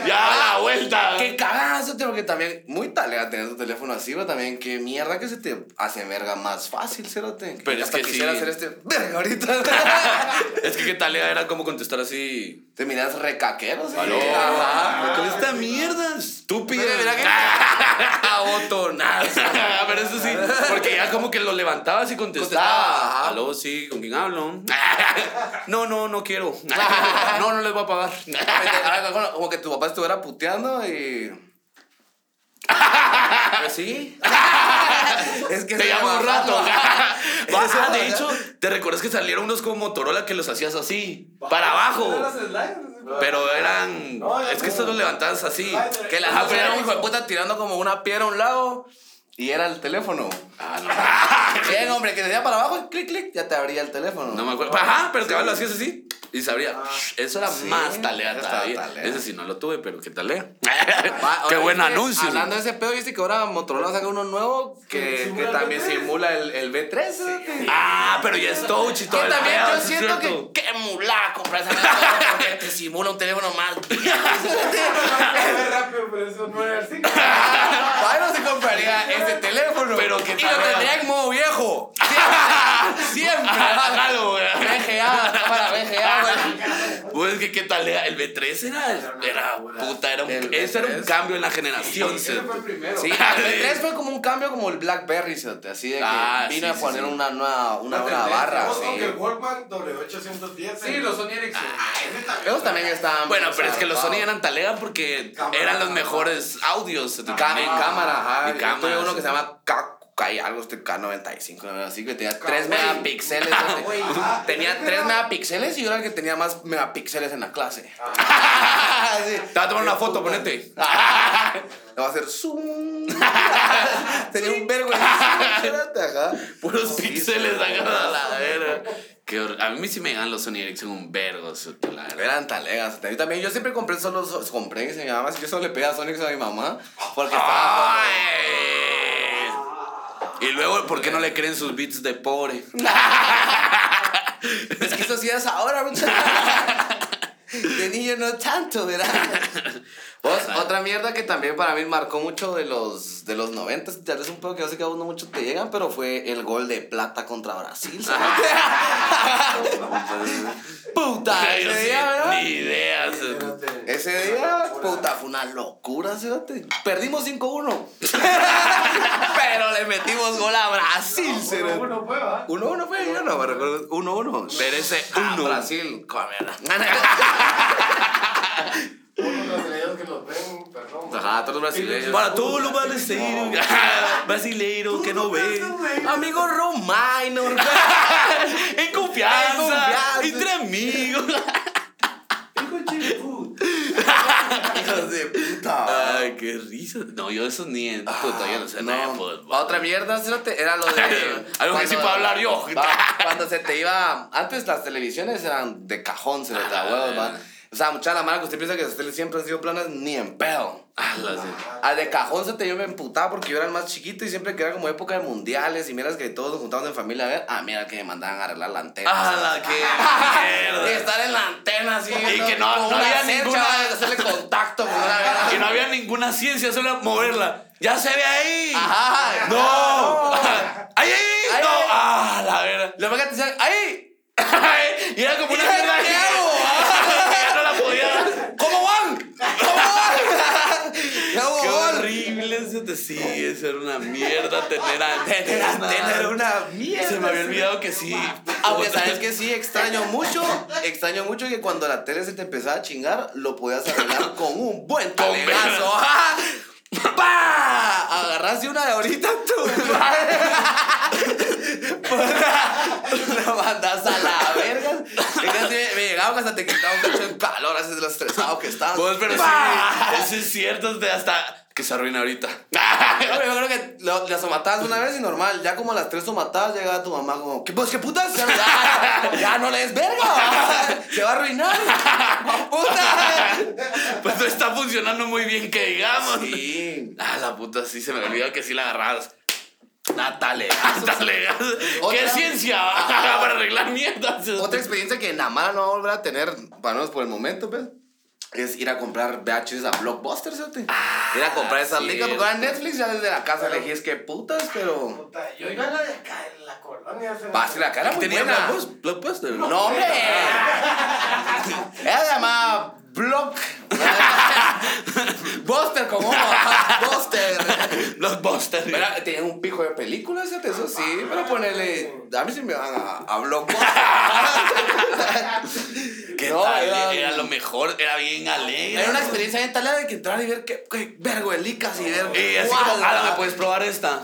Speaker 1: Ya a la vuelta.
Speaker 2: ¡Qué cagazo! Tengo que también. Muy talega tener tu teléfono así, pero también qué mierda que se te hace verga más fácil, cerote.
Speaker 1: Pero es
Speaker 2: Hasta
Speaker 1: que sí.
Speaker 2: quisiera hacer este. ¡Verga ahorita!
Speaker 1: Es que qué tal era como contestar así.
Speaker 2: te miras recaquero, sí.
Speaker 1: Aló. Ah,
Speaker 2: Ajá.
Speaker 1: Con esta mierda estúpida.
Speaker 2: Mira, mira que. Abotonazo.
Speaker 1: Ah, pero eso sí, porque ya como que lo levantabas y
Speaker 2: Contestaba,
Speaker 1: contestaba.
Speaker 2: ajá.
Speaker 1: Aló, sí, ¿con quién hablo? No, no, no quiero. No, no les voy a pagar.
Speaker 2: Ahora, ah, Como que tu papá estuviera puteando y. Pues
Speaker 1: Pero sí.
Speaker 2: Es que
Speaker 1: Te
Speaker 2: se
Speaker 1: llamo un
Speaker 2: llama-
Speaker 1: rato.
Speaker 2: Eso,
Speaker 1: Ah, de
Speaker 2: ajá.
Speaker 1: hecho, ¿te recuerdas que salieron unos como Motorola que los hacías así? Para abajo. Pero eran.
Speaker 4: No, ya
Speaker 1: Es que
Speaker 4: no.
Speaker 1: estos los levantabas así.
Speaker 2: Que la
Speaker 1: Ah,
Speaker 2: jafa
Speaker 1: pero-
Speaker 2: era un hijo de puta tirando como una piedra a un lado y era el teléfono.
Speaker 1: Ah,
Speaker 2: Bien, hombre, que le daba para abajo, clic, clic, ya te abría el teléfono.
Speaker 1: No me acuerdo. Ajá, pero cabal lo hacías así. Y sabría. Eso era
Speaker 2: Ah, Sí,
Speaker 1: más talea
Speaker 2: eso
Speaker 1: todavía.
Speaker 2: estaba talea.
Speaker 1: Ese sí no lo tuve, pero qué talea.
Speaker 2: Va,
Speaker 1: Qué
Speaker 2: ahora
Speaker 1: buen
Speaker 2: viste,
Speaker 1: anuncio.
Speaker 2: Hablando de ese pedo, viste que ahora Motorola saca uno nuevo que,
Speaker 4: Sí,
Speaker 2: que
Speaker 4: simula el
Speaker 2: también
Speaker 4: V3.
Speaker 2: simula el, el B3.
Speaker 1: Ah, pero ya es touch y todo.
Speaker 2: Que
Speaker 1: el
Speaker 2: también
Speaker 1: pedo,
Speaker 2: yo
Speaker 1: sí,
Speaker 2: siento
Speaker 1: cierto.
Speaker 2: que qué mulá comprar esa mierda, porque te simula un teléfono más.
Speaker 4: rápido, pero eso no era así.
Speaker 2: Ay, no se compraría ese teléfono.
Speaker 1: Pero qué
Speaker 2: y lo
Speaker 1: talea.
Speaker 2: tendría en modo viejo. Siempre.
Speaker 1: Bájalo, güey.
Speaker 2: VGA, cámara
Speaker 1: Ah,
Speaker 2: VGA, güey.
Speaker 1: Pues que qué talea. El B3 era. Era puta, era un,
Speaker 2: El
Speaker 1: ese era un
Speaker 2: B3.
Speaker 1: cambio en la generación.
Speaker 4: Ese fue el primero.
Speaker 2: Sí, el 3 fue como un cambio como el Blackberry, cerote, así de que
Speaker 1: Ah,
Speaker 2: vino
Speaker 1: sí,
Speaker 2: a
Speaker 1: sí,
Speaker 2: poner
Speaker 1: sí.
Speaker 2: una nueva una, nueva
Speaker 4: tendencia.
Speaker 2: barra.
Speaker 4: Vos,
Speaker 2: Sí.
Speaker 4: aunque el Walkman W810.
Speaker 3: Sí, los Sony Ericsson.
Speaker 2: Ellos también estaban.
Speaker 1: Bueno, pero es que los Sony
Speaker 2: zarpados.
Speaker 1: eran talea porque
Speaker 4: Cámara.
Speaker 1: eran los mejores audios.
Speaker 2: Ca- en cámara, ajá.
Speaker 1: Y
Speaker 2: Yo
Speaker 1: cámara,
Speaker 2: tuve uno que
Speaker 1: sí.
Speaker 2: se llama K, K- algo, este K95, no, así que tenía 3
Speaker 4: güey.
Speaker 2: megapíxeles.
Speaker 1: Ah,
Speaker 2: ¿no?
Speaker 4: güey, ajá.
Speaker 2: tenía 3 megapíxeles y yo era el que tenía más megapíxeles en la clase. Sí.
Speaker 1: Te va a tomar una foto, ponete.
Speaker 2: Le va a hacer zoom. tenía un vergüenza. ajá.
Speaker 1: Puros
Speaker 2: Sí,
Speaker 1: píxeles
Speaker 2: sí.
Speaker 1: agarrados a la verga. Qué hor- a mí sí me dan los Sony Ericsson un vergo, suerte, la verdad.
Speaker 2: Eran talegas. Yo también, yo siempre compré solo, so- compré, dice mi mamá, yo solo le pedía a Sonics a mi mamá, porque estaba...
Speaker 1: ¡Ay! Y luego, ¿por qué no le creen sus beats de pobre?
Speaker 2: Es que eso sí es ahora, muchachos. De niño no tanto, ¿verdad? Vos, otra mierda que también para mí marcó mucho de los, de los 90, tal vez un poco que yo sé que a uno mucho te llegan, pero fue el gol de plata contra Brasil. ¿sabes? Puta,
Speaker 1: Yo
Speaker 2: ese
Speaker 1: sí,
Speaker 2: día, ¿verdad?
Speaker 1: ni idea. su-
Speaker 4: este,
Speaker 2: Ese día, puta, fue una locura, cerote. Perdimos 5-1. Pero le metimos gol a Brasil,
Speaker 4: Pero
Speaker 2: cerote.
Speaker 4: uno fue, ¿va?
Speaker 2: 1-1 fue, yo no me recuerdo. 1-1.
Speaker 1: Pero ese
Speaker 2: Ah,
Speaker 1: uno.
Speaker 2: Brasil, cámara.
Speaker 4: Uno de los leídos que nos ven, perdón.
Speaker 2: Ajá, todos los brasileños.
Speaker 1: Para todos los brasileiros, brasileiros que no ven.
Speaker 2: Amigo Romaino.
Speaker 1: En confianza,
Speaker 2: En confianza.
Speaker 1: entre amigos.
Speaker 4: Dijo Jimmy Food.
Speaker 2: Hijos de puta.
Speaker 1: Ay, qué risa. No, yo eso ni en puta, yo no sé nada de fútbol.
Speaker 2: Ah, Otra mierda, cerote, era lo de.
Speaker 1: Algo que
Speaker 2: cuando-
Speaker 1: sí puedo hablar yo.
Speaker 2: Va, cuando se te iba. Antes las televisiones eran de cajón, se le
Speaker 1: Ajá,
Speaker 2: huevos, va.
Speaker 1: ajá.
Speaker 2: O sea, mucha la mala que usted piensa que las teles siempre han sido planas, ni en pedo.
Speaker 1: Ah, la sé.
Speaker 2: A de cajón se te yo me emputaba porque yo era el más chiquito y siempre que era como época de mundiales y miras que todos nos juntábamos en familia a ver, ah, mira que me mandaban a arreglar la antena.
Speaker 1: ¡Hala, qué
Speaker 2: Y
Speaker 1: Ah, mierda!
Speaker 2: estar en la antena así.
Speaker 1: Y
Speaker 2: ¿no?
Speaker 1: que no-
Speaker 2: Con
Speaker 1: no
Speaker 2: una
Speaker 1: había
Speaker 2: cercha,
Speaker 1: ninguna-
Speaker 2: ¿va? Hacerle contacto pues, con una
Speaker 1: Y no había ninguna ciencia, solo era moverla. ¡Ya se ve ahí!
Speaker 2: Ajá.
Speaker 1: ¡No!
Speaker 2: No.
Speaker 1: ¡Ay, ay, ay!
Speaker 2: Ay,
Speaker 1: ¡No!
Speaker 2: ay.
Speaker 1: ¡Ah, la verga!
Speaker 2: Lo que te decían, ¡ay!
Speaker 1: Y era como una
Speaker 2: ¿Y ahora
Speaker 1: mierda.
Speaker 2: qué hago?
Speaker 1: Ya no la podía.
Speaker 2: ¿Cómo van? ¿Cómo van? ¿Cómo
Speaker 1: ¡Qué
Speaker 2: van?
Speaker 1: horrible! Eso te sí, eso era una mierda tener a
Speaker 2: Tener antena era una mierda.
Speaker 1: Se me había olvidado que sí.
Speaker 2: Aunque sabes que sí, extraño mucho, extraño mucho que cuando la tele se te empezaba a chingar, lo podías arreglar con un buen talegazo. ¡Ah! ¡Pa! Agarraste una de ahorita tu madre. Puta, Lo mandas a la verga. Entonces me, me llegaba que hasta te quitaba un cacho en calor, así de lo estresado que estabas.
Speaker 1: Vos, Pues, pero sí.
Speaker 2: ¡Pa!
Speaker 1: Eso es cierto, de hasta que se arruina ahorita.
Speaker 2: No, pero yo creo que lo- las somatadas una vez y normal. Ya como a las tres somatadas llegaba tu mamá como, ¿qué, pues, ¿qué putas? Ya, ya no le des verga. Se va a arruinar. ¡Puta!
Speaker 1: Pues no está funcionando muy bien, que digamos.
Speaker 2: Sí.
Speaker 1: Ah, la puta, sí, se me olvidó que sí la agarrabas.
Speaker 2: Natalegazo.
Speaker 1: Dale. ¿Qué
Speaker 2: Otra-
Speaker 1: ciencia?
Speaker 2: Ajá.
Speaker 1: Para arreglar mierdas.
Speaker 2: Otra experiencia que Namara no va a volver a tener, para menos por el momento, pues, es ir a comprar VHS a Blockbuster, ¿cierto? ir a comprar esas
Speaker 1: sí.
Speaker 2: ligas, porque ahora Netflix ya desde la casa elegí, es que putas, pero...
Speaker 4: Puta, yo iba a la de acá, en la colonia. se me-
Speaker 2: Vas, la cara muy
Speaker 1: Tenía
Speaker 2: buena.
Speaker 1: Blockbus- Blockbuster.
Speaker 2: ¡No, hombre! Ella se llamaba Block... Buster, como Buster.
Speaker 1: Blockbuster.
Speaker 2: Mira, tenían un pico de películas, ¿cierto? eso sí, pero ponerle. A mí sí me van a, a Blockbuster.
Speaker 1: ¿Qué
Speaker 2: No,
Speaker 1: tal?
Speaker 2: era-
Speaker 1: Era lo mejor, era bien alegre.
Speaker 2: Era una experiencia bien tal de que entrar y ver qué, qué vergo de licas y ver.
Speaker 1: Y así
Speaker 2: cuál,
Speaker 1: como, ala,
Speaker 2: ¿verdad?
Speaker 1: ¿me puedes probar esta?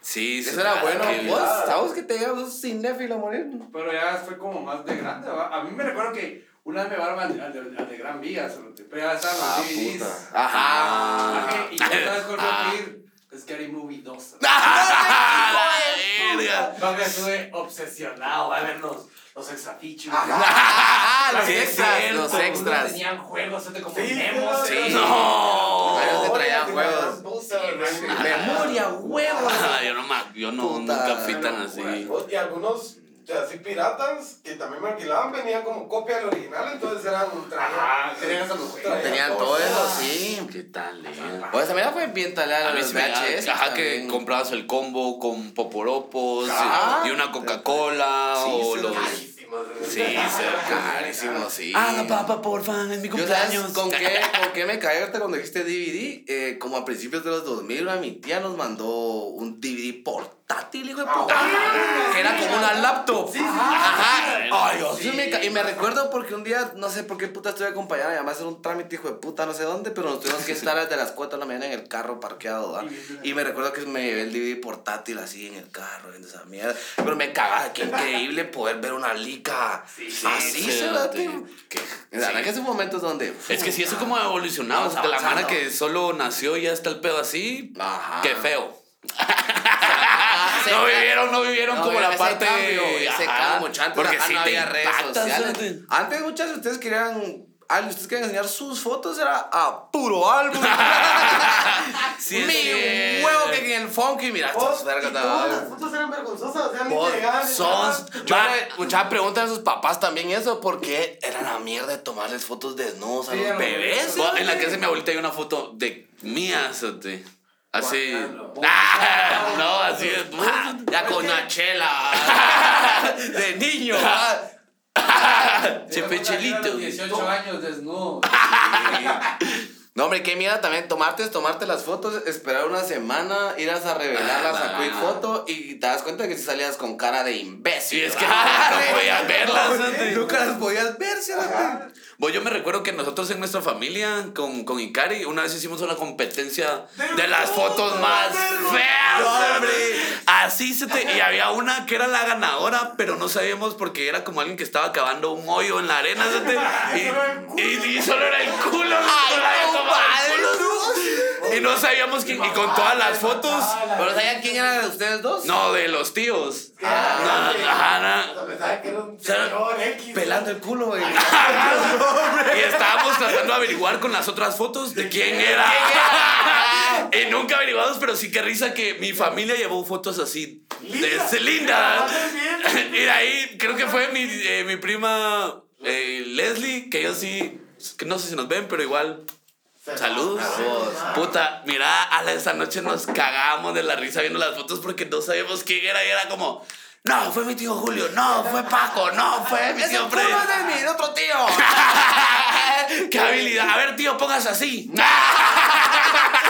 Speaker 1: sí, sí.
Speaker 2: Eso era
Speaker 1: claro,
Speaker 2: bueno.
Speaker 1: qué
Speaker 2: Vos,
Speaker 1: bien.
Speaker 2: ¿sabes que te llevas cinéfilo a morir?
Speaker 3: Pero ya fue como más de grande. ¿va? A mí me recuerdo que una vez me llevaron al, al de- al de Gran Vía, solo te- pero ya estaban los DVDs.
Speaker 2: Ah, Ajá.
Speaker 3: Ajá, Y ya sabes cuál fue a pedir. Scary Movie 2.
Speaker 1: ¡Ah, la verga!
Speaker 3: No, me estuve obsesionado a ver los, los exafichos.
Speaker 2: Ah, los
Speaker 1: Sí, es
Speaker 2: extras,
Speaker 1: cierto.
Speaker 2: los extras.
Speaker 3: Tenían juegos, o sea, como
Speaker 4: Sí,
Speaker 3: Nemo,
Speaker 4: sí.
Speaker 3: ¿eh?
Speaker 1: ¡No!
Speaker 2: Ahí Oh, te
Speaker 4: Oye,
Speaker 2: traían
Speaker 4: te
Speaker 2: juegos.
Speaker 4: puta, güey.
Speaker 2: Memoria, huevos.
Speaker 1: Ah, yo no, ma- yo no
Speaker 2: Puta.
Speaker 1: nunca fui tan así.
Speaker 4: Y algunos, o sea, así piratas, que también me alquilaban, venían como copia del original, entonces eran un traje.
Speaker 3: Ajá, tenían hasta los juegos.
Speaker 4: traían
Speaker 2: Ah, Tenían todo eso, sí.
Speaker 1: ¿Qué tal, eh?
Speaker 2: Pues también fue bien talada
Speaker 1: A mí
Speaker 2: los
Speaker 1: sí me da-
Speaker 2: VHS.
Speaker 1: Ajá, que
Speaker 2: también.
Speaker 1: comprabas el combo con poporopos
Speaker 2: Ajá.
Speaker 1: y una Coca-Cola
Speaker 2: Sí,
Speaker 1: o
Speaker 2: sí,
Speaker 1: los...
Speaker 2: sí.
Speaker 1: Sí, sí.
Speaker 2: Carísimo, sí.
Speaker 1: Hágalo, papá, porfa, es mi
Speaker 2: Yo sabes
Speaker 1: cumpleaños.
Speaker 2: con qué, con qué me caí ahorita cuando dijiste DVD, Eh, como a principios de los 2000, una mi tía nos mandó un DVD portátil, hijo de puta. Ah, que era como una laptop. Ajá. Ay, Dios mío, me ca- Y me recuerdo porque un día, no sé por qué puta estuve acompañada, además hacer un trámite, hijo de puta, no sé dónde, pero nos tuvimos que estar desde las 4 de la mañana en el carro parqueado, ¿va? Y me recuerdo que me llevé el DVD portátil así en el carro, viendo esa mierda. Pero me cagaba, qué increíble poder ver una lica así,
Speaker 1: sí,
Speaker 2: cerote.
Speaker 1: sí.
Speaker 2: La verdad que esos momentos donde.
Speaker 1: Es que sí, eso como ha evolucionado.
Speaker 2: Vamos
Speaker 1: o sea, la
Speaker 2: avanzando.
Speaker 1: mara que solo nació y ya está el pedo así.
Speaker 2: Ajá.
Speaker 1: Qué feo.
Speaker 2: Ah, se-
Speaker 1: no vivieron, no vivieron
Speaker 2: No,
Speaker 1: como
Speaker 2: mira,
Speaker 1: la
Speaker 2: ese
Speaker 1: parte.
Speaker 2: Cambio, se
Speaker 1: Ajá.
Speaker 2: cambia mucho. Antes
Speaker 1: Porque
Speaker 2: ajá,
Speaker 1: sí
Speaker 2: no
Speaker 1: te
Speaker 2: había redes
Speaker 1: impacta,
Speaker 2: sociales.
Speaker 1: espérate.
Speaker 2: Antes muchas de ustedes querían. ah, ustedes querían enseñar sus fotos, era a puro álbum.
Speaker 1: Sí,
Speaker 2: Mi
Speaker 1: es
Speaker 2: huevo
Speaker 1: cierto.
Speaker 2: que en el funky, mira,
Speaker 4: Vos,
Speaker 2: estas
Speaker 4: y
Speaker 2: vergas.
Speaker 4: todas las
Speaker 2: ¿no?
Speaker 4: fotos eran vergonzosas, o sea, ni
Speaker 2: Vos
Speaker 4: te llegaban, ni
Speaker 2: sos.
Speaker 4: nada.
Speaker 2: Yo
Speaker 1: Va.
Speaker 2: le escuchaba preguntas a sus papás también eso, porque era la mierda de tomarles fotos desnudos a
Speaker 3: Sí,
Speaker 2: los
Speaker 3: era lo
Speaker 2: bebés.
Speaker 1: Bo- En la
Speaker 2: ¿no?
Speaker 1: que se me abuelita hay una foto de mía, sote. Así.
Speaker 4: Guacalo.
Speaker 1: Ah, no, así es. Ah,
Speaker 2: Ya con una chela. de niño. ah.
Speaker 3: Yo a
Speaker 1: Chepechelito.
Speaker 3: los 18 años desnudo.
Speaker 2: No, hombre, qué mierda también tomarte, tomarte las fotos, esperar una semana, irás a revelarlas
Speaker 1: Ah,
Speaker 2: a Quick
Speaker 1: no.
Speaker 2: Foto y te das cuenta que si salías con cara de imbécil.
Speaker 1: Sí, es que
Speaker 2: Ah,
Speaker 1: no podías verlas,
Speaker 2: sí,
Speaker 1: sote.
Speaker 2: Nunca las podías ver, ¿sí?
Speaker 1: Bueno, Pues yo me recuerdo que nosotros en nuestra familia, con, con Ikari, una vez hicimos una competencia de, las fotos más feas.
Speaker 2: hombre.
Speaker 1: Así se te... Y había una que era la ganadora, pero no sabíamos porque era como alguien que estaba cavando un hoyo en la arena. se te- y, y- y solo era el culo. solo había
Speaker 2: no,
Speaker 1: tomado el
Speaker 2: madre,
Speaker 1: culo. Y no sabíamos quién... Y con todas las fotos...
Speaker 2: ¿Pero sabían quién eran ustedes dos?
Speaker 1: No, de los tíos.
Speaker 4: Ah,
Speaker 1: No, ajá, no.
Speaker 4: O sea, pensaba que era un
Speaker 1: sea,
Speaker 4: señor X.
Speaker 2: Pelando el culo, güey.
Speaker 1: Y estábamos tratando de averiguar con las otras fotos de quién era. Y nunca averiguamos, pero sí que risa que mi familia llevó fotos así.
Speaker 4: Linda.
Speaker 1: De linda.
Speaker 4: Ah, bien.
Speaker 1: Y de ahí creo que fue mi, eh, mi prima eh, Leslie, que yo sí, que no sé si nos ven, pero igual. Saludos.
Speaker 2: Saludos.
Speaker 1: Puta, mira, a la, esa noche nos cagamos de la risa viendo las fotos porque no sabíamos quién era y era como, no, fue mi tío Julio, no, fue Paco, no, fue mi
Speaker 2: ¡Es el
Speaker 1: tío
Speaker 2: culo
Speaker 1: Fred.
Speaker 2: de mi otro tío!
Speaker 1: ¡Qué habilidad! A ver, tío, póngase así.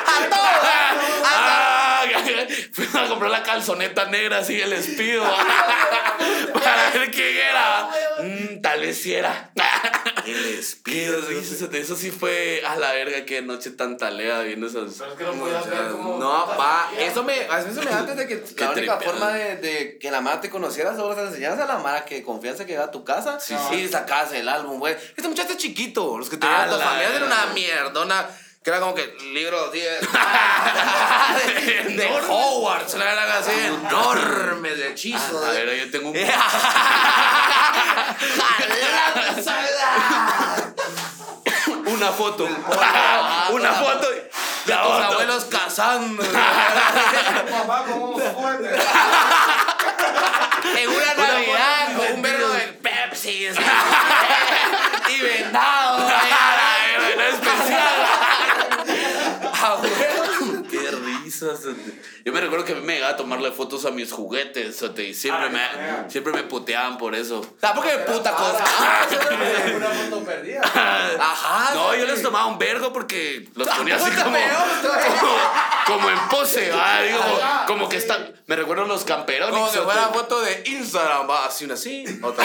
Speaker 2: ¡A todos!
Speaker 1: Ah, Fui a comprar la calzoneta negra así el espido para ver quién era. Mm, tal vez sí era. El espido. Eso, eso sí fue a la verga qué noche tan talea viendo esas.
Speaker 4: Pero es que no podías ver cómo.
Speaker 2: No, pa, eso me, a veces me da antes de que
Speaker 1: Qué
Speaker 2: la única
Speaker 1: tripeada.
Speaker 2: forma de, de que la mara te conociera solo las enseñanzas a la mara que confianza que llega a tu casa y sacabas el álbum, güey. Este muchacho es chiquito, los que
Speaker 1: A
Speaker 2: tenían la
Speaker 1: la
Speaker 2: familia era una
Speaker 1: verga.
Speaker 2: mierdona. Que era como que libro sí, de, de
Speaker 1: Enorme.
Speaker 2: Hogwarts, la verdad así, enorme de hechizos.
Speaker 1: A ver, yo tengo un. Una foto. Una foto.
Speaker 2: Ah, de
Speaker 1: La
Speaker 2: tus
Speaker 1: otra.
Speaker 2: abuelos cazando.
Speaker 4: Papá, como un juguete.
Speaker 2: en una Navidad con un verbo de Pepsi. así, y vendado.
Speaker 1: Ay,
Speaker 2: ahí,
Speaker 1: bueno, especial.
Speaker 2: a huevo.
Speaker 1: Qué risa. sote. Yo me recuerdo que a mí me llegaba a tomarle fotos a mis juguetes, sote, y siempre,
Speaker 3: Ah, ya.
Speaker 1: me, siempre me puteaban por eso.
Speaker 2: Tampoco me puta cosa.
Speaker 3: Una foto perdida.
Speaker 4: Ah,
Speaker 2: Ajá.
Speaker 1: Ah, No, yo
Speaker 2: güey.
Speaker 1: les tomaba un vergo porque los ponía así
Speaker 2: Puta,
Speaker 1: como,
Speaker 2: peor.
Speaker 1: como, como en pose,
Speaker 4: Ah,
Speaker 1: ¿va? Digo,
Speaker 2: Ajá,
Speaker 1: como que están. Me recuerdo los camperones.
Speaker 2: Como si
Speaker 1: sote.
Speaker 2: fuera foto de Instagram, va así una así, otra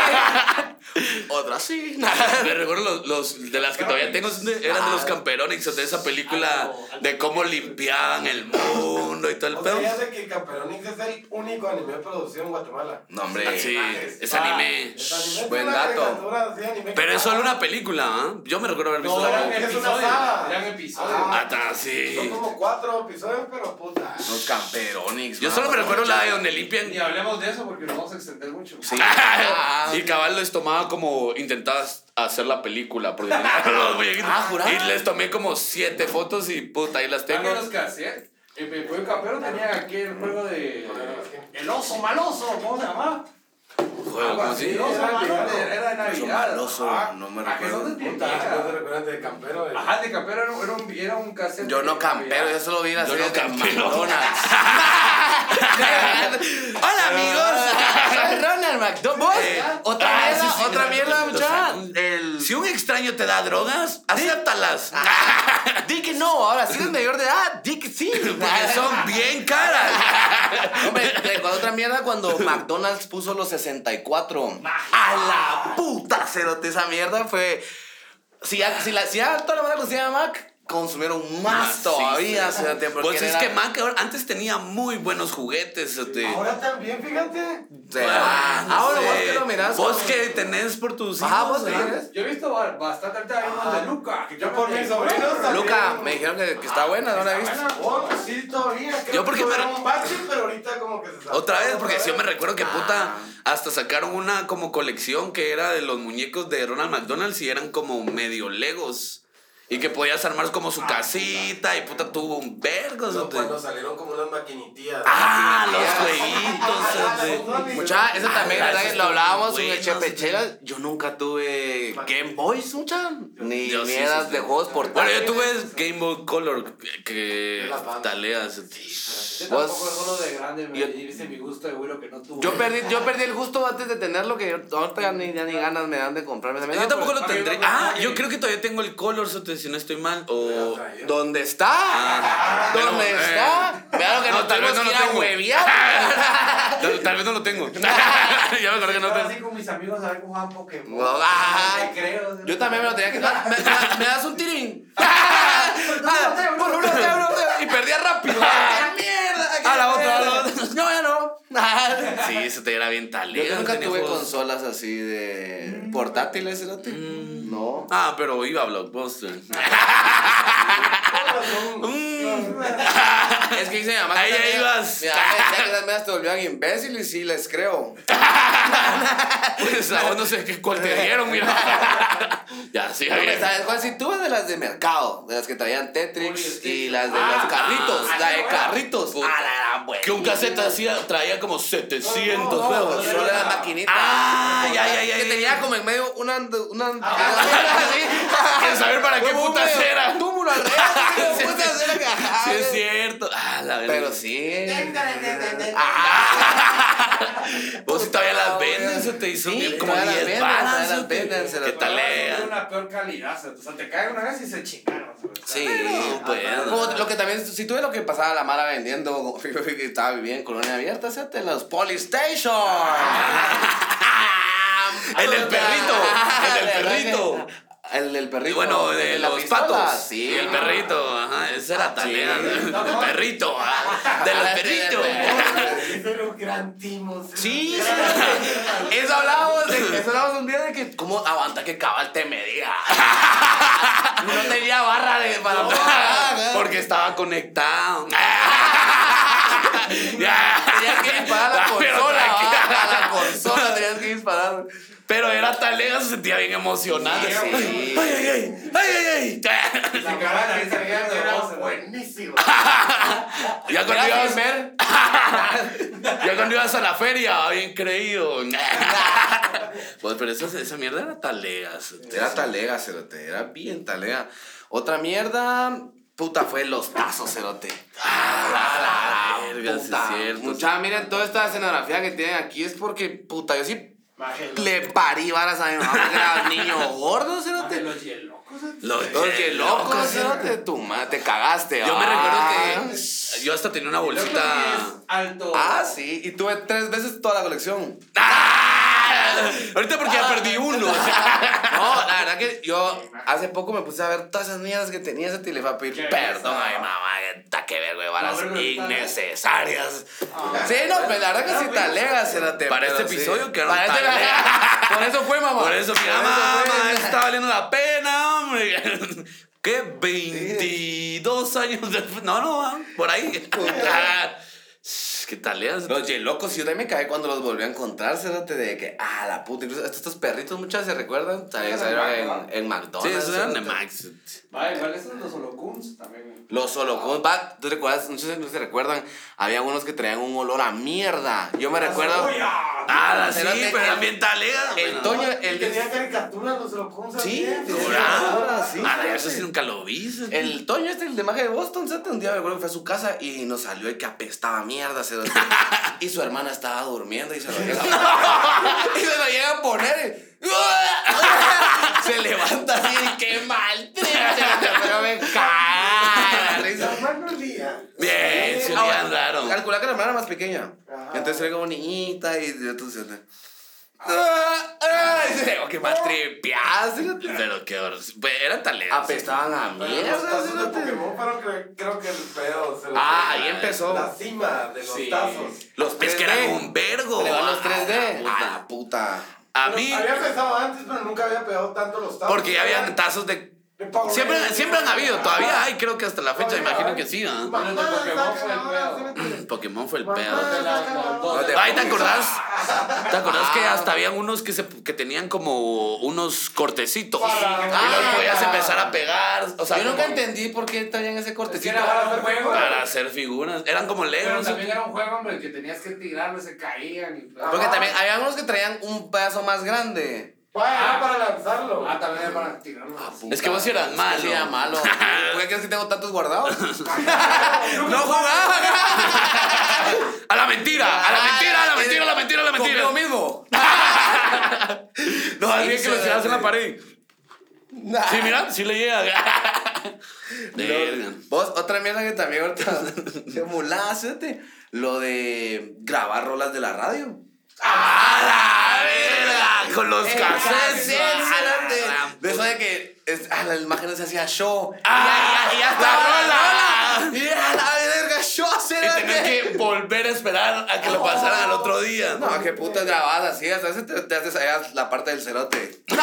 Speaker 2: así, otra así.
Speaker 1: Me recuerdo los, los- de las que todavía tengo, eran
Speaker 4: Ah.
Speaker 1: de los camperones, sote, de esa película de cómo limpiaban el mundo y todo el
Speaker 4: O sea,
Speaker 1: pedo.
Speaker 4: ya sé que Camperonix es el único anime producido en Guatemala.
Speaker 2: No, hombre.
Speaker 4: Sin
Speaker 1: Sí,
Speaker 4: personajes.
Speaker 1: es
Speaker 3: Ah,
Speaker 1: anime.
Speaker 4: Es anime, es
Speaker 2: Buen
Speaker 4: una
Speaker 2: dato.
Speaker 4: caricatura así, anime
Speaker 1: Pero
Speaker 4: que-
Speaker 1: es solo una película, ¿ah? Yo me recuerdo haber visto.
Speaker 3: No,
Speaker 1: la-
Speaker 3: eran
Speaker 4: es una
Speaker 3: episodios.
Speaker 4: saga.
Speaker 3: Eran episodios.
Speaker 4: Ah,
Speaker 1: Ata,
Speaker 4: Son
Speaker 1: sí.
Speaker 4: como cuatro episodios, pero puta.
Speaker 2: Los camperonix.
Speaker 1: Yo
Speaker 2: va.
Speaker 1: solo me recuerdo la de donde limpian.
Speaker 3: Ni hablemos de eso porque nos vamos a extender mucho.
Speaker 2: Sí. Ah,
Speaker 1: y cabal les tomaba como intentabas hacer la película porque tenían los muñequitos.
Speaker 2: Ah, ¿juraba?
Speaker 1: y les tomé como siete fotos y puta ahí las
Speaker 3: Tengo
Speaker 1: tengo
Speaker 3: los cassettes. eh, El, el pueblo campero tenía aquel juego de. El oso maloso, ¿cómo se llama?
Speaker 2: Juego,
Speaker 3: Algo
Speaker 2: ¿cómo
Speaker 1: pues
Speaker 3: así,
Speaker 2: así?
Speaker 3: El oso
Speaker 4: Era
Speaker 3: maloso
Speaker 4: de-
Speaker 3: era de
Speaker 2: Oso
Speaker 3: Navidad.
Speaker 2: maloso,
Speaker 3: ajá.
Speaker 2: no me
Speaker 3: Ah, que
Speaker 2: recuerdo.
Speaker 3: son de
Speaker 4: Puta,
Speaker 3: Tinieblas.
Speaker 4: ¿no te recuerdas de Campero? eh?
Speaker 3: Ajá, el de campero era un, era un, era un cassette.
Speaker 2: Yo no
Speaker 3: de
Speaker 2: campero,
Speaker 3: Navidad.
Speaker 2: yo solo vi las
Speaker 1: Yo no
Speaker 2: series de
Speaker 1: campero.
Speaker 2: McDonald's. Hola amigos, soy Ronald McDonald.
Speaker 1: Eh,
Speaker 2: Otra
Speaker 1: ah,
Speaker 2: mierda,
Speaker 1: sí, sí,
Speaker 2: otra
Speaker 1: sí,
Speaker 2: mierda,
Speaker 1: sí,
Speaker 2: muchacha.
Speaker 1: sí.
Speaker 2: El- Ah,
Speaker 1: si un extraño te da drogas acéptalas Ah,
Speaker 2: Di que no, ahora si eres mayor de edad, di que sí.
Speaker 1: porque son bien caras
Speaker 2: Hombre, recuerdo otra mierda cuando McDonald's puso los 64. ¡A la puta! Cerote, esa mierda fue. Si ya, si la, si ya toda la banda consumía Mac, consumieron
Speaker 1: Ah,
Speaker 2: más
Speaker 1: sí,
Speaker 2: todavía, cerote. porque
Speaker 1: pues es
Speaker 2: era-
Speaker 1: que Mac ahora- antes tenía muy buenos juguetes este.
Speaker 4: Ahora también, fíjate.
Speaker 2: O sea,
Speaker 1: Ah, no
Speaker 2: ahora
Speaker 1: sé.
Speaker 2: vos que lo mirás.
Speaker 1: vos
Speaker 2: como-
Speaker 1: que tenés por tus
Speaker 2: Ajá,
Speaker 1: hijos
Speaker 2: vos
Speaker 1: ¿eh?
Speaker 2: tenés.
Speaker 3: Yo he visto ba- bastante ahorita hay unos de Luca. que
Speaker 4: Yo por mis sobrinos también.
Speaker 2: Luca, me dijeron que, que está buena, ¿no la viste?
Speaker 4: Oh, sí, todavía. Creo
Speaker 1: Yo porque
Speaker 4: que
Speaker 1: me-
Speaker 4: era un bache, pero ahorita como que se sacó
Speaker 1: Otra vez, porque
Speaker 4: otra
Speaker 1: si yo me
Speaker 4: vez.
Speaker 1: recuerdo que puta, hasta sacaron una como colección que era de los muñecos de Ronald McDonald's y eran como medio legos. Y que podías armar como su casita y puta tuvo un vergo.
Speaker 4: No,
Speaker 1: sote.
Speaker 4: Cuando salieron como unas maquinitillas.
Speaker 1: Ah, los
Speaker 4: Ah,
Speaker 1: jueguitos. sote.
Speaker 4: las dos,
Speaker 2: Mucha, eso también,
Speaker 1: Ah,
Speaker 2: ¿verdad?
Speaker 1: esas
Speaker 2: que Lo hablábamos
Speaker 1: están
Speaker 2: en el
Speaker 1: buenas, esas
Speaker 2: Chepechelas. Yo nunca tuve Game Boys, mucha. Ni
Speaker 1: Yo sí,
Speaker 2: mierdas
Speaker 1: sí,
Speaker 2: de
Speaker 1: sí.
Speaker 2: juegos portátiles.
Speaker 1: Bueno, yo tuve Game Boy Color que- que
Speaker 4: Las bandas.
Speaker 1: taleas.
Speaker 3: Yo
Speaker 2: Vos-
Speaker 3: tampoco es uno de grande, me
Speaker 2: yo-
Speaker 3: dice mi gusto de güero que no tuvo.
Speaker 2: Yo perdí, yo perdí el gusto antes de tenerlo, que yo- ahorita ya ni, ya ni ganas me dan de comprarme. esa mierda,
Speaker 1: Yo tampoco lo
Speaker 3: Ah, yo
Speaker 1: tendré.
Speaker 3: tampoco
Speaker 1: Ah,
Speaker 3: lo
Speaker 1: yo
Speaker 3: vi.
Speaker 1: creo que todavía tengo el Color, sote, si no estoy mal. O.
Speaker 2: pero- ¿Dónde está?
Speaker 1: pero,
Speaker 2: ¿Dónde
Speaker 1: eh,
Speaker 2: está? Claro que
Speaker 1: no,
Speaker 2: no,
Speaker 1: tal vez
Speaker 2: tuvimos
Speaker 1: no lo
Speaker 2: que ir a
Speaker 1: tengo.
Speaker 2: huevear.
Speaker 1: Tal, tal vez no lo tengo. ya me acordé que no
Speaker 3: Estaba
Speaker 1: tengo.
Speaker 3: así con mis amigos a ver cómo jugaban Pokémon.
Speaker 2: No, ajá.
Speaker 3: Te creo.
Speaker 2: Yo también me lo tenía que dar. ¿Me, me- me das un tirín?
Speaker 3: euros.
Speaker 2: Por unos euros. Y perdía rápido. ¡Ah, mierda!
Speaker 1: A la otra, a la otra.
Speaker 2: No, ya no.
Speaker 1: Sí, eso te era bien talento.
Speaker 2: Yo nunca tuve consolas así de portátiles, ¿no? No.
Speaker 1: Ah, pero iba a Blockbuster.
Speaker 2: Mm. Es que dice mi mamá. que
Speaker 1: Ahí, ahí
Speaker 2: también-
Speaker 1: vas.
Speaker 2: Mi mamá decía que las medias te volvían imbécil y sí, les creo.
Speaker 1: Pues a vos no sé qué cuál te dieron, mira. ya, sí,
Speaker 2: Pero,
Speaker 1: bien.
Speaker 2: ¿Sabes cuál? Si tú ves de las de mercado, de las que traían Tetrix
Speaker 3: Polystation.
Speaker 2: y las de
Speaker 3: Ah,
Speaker 2: los carritos,
Speaker 1: ah,
Speaker 2: la de
Speaker 3: sí, bueno.
Speaker 2: carritos.
Speaker 1: Puta.
Speaker 2: Ah, la gran buena.
Speaker 1: Que un caseta hacía, traía como 700
Speaker 4: No, no,
Speaker 2: No,
Speaker 1: huevos.
Speaker 2: solo la maquinita.
Speaker 1: Ah, ya, ya, ya,
Speaker 2: Que
Speaker 1: ya,
Speaker 2: tenía
Speaker 1: ya. Ah,
Speaker 2: como en medio una. una
Speaker 1: Quiero saber para qué puta
Speaker 2: será?
Speaker 1: era.
Speaker 2: Un túmulo al revés. ¿Qué putas era?
Speaker 1: Sí, es cierto. Ah, la verdad.
Speaker 2: Pero sí.
Speaker 1: Vos si todavía las
Speaker 2: Puta,
Speaker 1: vendes,
Speaker 2: güey.
Speaker 1: eso te hizo
Speaker 2: Sí,
Speaker 1: bien como
Speaker 2: todavía las
Speaker 1: 10
Speaker 2: venden, todavía
Speaker 1: varas.
Speaker 2: las
Speaker 1: eso te-
Speaker 2: venden, se las
Speaker 1: ¿Qué
Speaker 3: Pero
Speaker 1: tal
Speaker 3: ahora
Speaker 1: era?
Speaker 3: son una peor calidad, o sea, o sea, te cae una vez y se chingaron. o sea,
Speaker 2: Sí,
Speaker 1: Pero,
Speaker 2: pues.
Speaker 1: pues.
Speaker 2: Como lo que también, si tú ves lo que pasaba la mala vendiendo, que estaba viviendo en colonia abierta, hacerte los Polystation.
Speaker 1: Ah, El del perrito,
Speaker 2: Ah,
Speaker 1: el del perrito.
Speaker 2: El del perrito.
Speaker 1: Y bueno, de
Speaker 2: la
Speaker 1: los
Speaker 2: pistola,
Speaker 1: patos.
Speaker 2: Sí.
Speaker 1: Y
Speaker 2: Ah.
Speaker 1: el perrito, ajá, esa era tarea.
Speaker 2: sí.
Speaker 1: del perrito, ah, de los
Speaker 2: Ah, sí,
Speaker 1: perritos.
Speaker 4: Pero un gran timo. ¿sí?
Speaker 2: Sí, sí. Eso hablábamos, de, eso hablábamos un día de que, ¿cómo aguanta que cabal te medía? No tenía barra de para
Speaker 1: Porque estaba conectado.
Speaker 2: Tenías que disparar a la
Speaker 1: Pero
Speaker 2: consola,
Speaker 1: tranquila.
Speaker 2: ¿va? a la consola tenías que disparar.
Speaker 1: Pero era la lega se sentía bien emocionada.
Speaker 2: Sí,
Speaker 1: ay,
Speaker 2: sí.
Speaker 1: ay, ay, ay, ay, ay.
Speaker 4: La cara que se veía
Speaker 3: Era
Speaker 4: era
Speaker 3: ópera.
Speaker 4: buenísimo.
Speaker 1: Ya cuando ibas, ya cuando ibas a la feria, ah, bien creído. Pues, pero esa, esa mierda era taleas.
Speaker 2: Era talega, cerote. Era bien talega. Otra mierda, puta, fue los tazos, cerote.
Speaker 1: Ah, la verga, sí
Speaker 2: Puta.
Speaker 1: es cierto.
Speaker 2: Mucha, miren, toda esta escenografía que tienen aquí es porque, puta, yo sí
Speaker 3: Májelo.
Speaker 2: le parí varas a mi mamá porque era niño gordo, cerote.
Speaker 3: Májelo, y el loco.
Speaker 1: Lo-
Speaker 2: Porque loco,
Speaker 1: loco,
Speaker 2: cerote, tu madre, te cagaste.
Speaker 1: Yo me
Speaker 2: ah.
Speaker 1: recuerdo que yo hasta tenía una
Speaker 3: El loco
Speaker 1: bolsita.
Speaker 3: es alto.
Speaker 2: Ah, sí, y tuve tres veces toda la colección.
Speaker 1: ¡Ah! Ahorita porque ya
Speaker 2: Ah.
Speaker 1: perdí uno.
Speaker 2: No, la verdad que yo hace poco me puse a ver todas esas mierdas que tenía ese tele y le fue a pedir
Speaker 3: Qué
Speaker 2: perdón
Speaker 3: bestia.
Speaker 2: a mi mamá, que ta que ver, güey, varas
Speaker 3: No, pero está bien.
Speaker 2: innecesarias.
Speaker 3: Ah.
Speaker 2: sí, no, pues la verdad que sí talegas, espérate.
Speaker 1: Para este episodio quedaron
Speaker 2: Para este
Speaker 1: talegas.
Speaker 2: Por eso fue, mamá.
Speaker 1: Por eso, ah, mira,
Speaker 2: Por
Speaker 1: mamá,
Speaker 2: fue.
Speaker 1: esto está valiendo la pena, hombre. ¿Qué? 22 años después. No, no, va, por ahí. Ah, ¿Qué taleas?
Speaker 2: Los yelocos, yo también me caí cuando los volví a encontrar, espérate, de que, ah, la puta, incluso estos, estos perritos, muchas se recuerdan, salieron
Speaker 3: Eran
Speaker 2: en, en McDonald's.
Speaker 1: Sí, eso eran de
Speaker 2: cerote.
Speaker 1: Max.
Speaker 3: Va, igual esos los holocuns también.
Speaker 2: Los holocuns, va, ¿tú te recuerdas? Muchos no se recuerdan, había unos que traían un olor a mierda. Yo me recuerdo.
Speaker 1: Ah, sí,
Speaker 2: Cerote,
Speaker 1: pero
Speaker 2: el-
Speaker 1: también taleas.
Speaker 2: El Toño, el,
Speaker 4: Tenía caricaturas los locos.
Speaker 2: Sí,
Speaker 1: Ahora
Speaker 2: tenía Ahora
Speaker 1: sí.
Speaker 2: sí.
Speaker 1: eso sí nunca lo vi. cerote.
Speaker 2: el Toño este, el de magia de Boston, ¿sabes? Un día me acuerdo que fue a su casa y nos salió el que apestaba mierda, se lo- Y su hermana estaba durmiendo y se lo llega a poner. y se lo llega a poner. y- se levanta así y qué mal trip, pero me caga la risa.
Speaker 1: Bien, sí,
Speaker 2: Ah,
Speaker 1: ya
Speaker 2: bueno,
Speaker 1: andaron.
Speaker 2: Calcula que la hermana era más pequeña.
Speaker 4: Ajá.
Speaker 2: Entonces era como niñita y entonces. ¡Ah! ¡Ah! Y se qué mal tripeaste.
Speaker 1: Pero qué horror. Pues, Eran taleas.
Speaker 2: Apestaban a
Speaker 4: Los
Speaker 2: mierda.
Speaker 4: tazos de
Speaker 2: cerote.
Speaker 4: Pokémon fueron, creo, creo que el pedo. se lo-
Speaker 2: Ah, ahí empezó.
Speaker 4: La cima de los
Speaker 3: Sí.
Speaker 4: tazos.
Speaker 2: Los
Speaker 1: Es que eran un vergo.
Speaker 2: Le van los 3D.
Speaker 1: Ah,
Speaker 2: A la puta.
Speaker 1: A
Speaker 4: Pero
Speaker 1: mí,
Speaker 4: Había pensado antes, pero nunca había pegado tanto los tazos.
Speaker 1: porque ya habían tazos de.
Speaker 4: De Power
Speaker 1: Siempre,
Speaker 4: Rangers.
Speaker 1: siempre han habido, todavía
Speaker 4: Ajá.
Speaker 1: hay, creo que hasta la fecha,
Speaker 4: Todavía
Speaker 1: imagino
Speaker 4: hay.
Speaker 1: que sí. ¿ah?
Speaker 4: Mamá,
Speaker 3: Los de Pokémon
Speaker 4: sacan
Speaker 3: fue el
Speaker 4: ahora,
Speaker 3: pedo.
Speaker 4: céntrate.
Speaker 1: Pokémon fue el
Speaker 4: Mamá,
Speaker 1: pedo.
Speaker 3: de la-
Speaker 4: sacan
Speaker 3: los
Speaker 4: ahora.
Speaker 2: de-
Speaker 1: Ay, ¿te acordás? ¿Te acordás que hasta habían unos que, se, que tenían como unos cortecitos?
Speaker 4: Sí.
Speaker 1: y los podías
Speaker 2: Ah.
Speaker 1: empezar a pegar. O sea,
Speaker 2: Yo nunca
Speaker 1: como
Speaker 2: entendí por qué traían ese
Speaker 3: Es que
Speaker 2: cortecito.
Speaker 3: era para un juego.
Speaker 1: para hacer figuras. Eran como
Speaker 3: Pero
Speaker 1: legos.
Speaker 3: también era un juego, hombre, que tenías que tirarlo, se caían y todo.
Speaker 2: Porque también había unos que traían un pedazo más grande.
Speaker 4: Para, para lanzarlo.
Speaker 3: Ah, también era para tirarlo.
Speaker 1: Es que vos sí eras
Speaker 2: Es
Speaker 1: malo.
Speaker 2: Sí, era malo. ¿Por qué crees que tengo tantos guardados?
Speaker 4: No
Speaker 2: jugaba.
Speaker 1: A la mentira,
Speaker 2: Ah,
Speaker 1: a la mentira, a
Speaker 2: eh,
Speaker 1: la mentira, a la mentira, a la mentira.
Speaker 2: Conmigo mismo.
Speaker 1: No, alguien
Speaker 2: Sí,
Speaker 1: que lo
Speaker 2: sí,
Speaker 1: tiras en la
Speaker 2: sí.
Speaker 1: pared. Sí, mira, sí le llega. Verga.
Speaker 2: No, Vos, otra mierda que también ahorita se mulaba, fíjate, lo de grabar rolas de la radio.
Speaker 1: ¡A la verga! Con los
Speaker 2: Eh,
Speaker 1: cassettes.
Speaker 2: sí, sí,
Speaker 1: A la
Speaker 2: sí,
Speaker 1: gran
Speaker 2: de eso de que es- a la imagen se hacía show.
Speaker 1: ¡Ah!
Speaker 2: Y
Speaker 1: ¡Ya está rola!
Speaker 2: Y a la verga show,
Speaker 1: Y
Speaker 2: cerote.
Speaker 1: tener que volver a esperar a que lo pasaran al otro día.
Speaker 2: No, qué putas grabadas así, hasta veces te, te haces allá la parte del cerote.
Speaker 4: Mi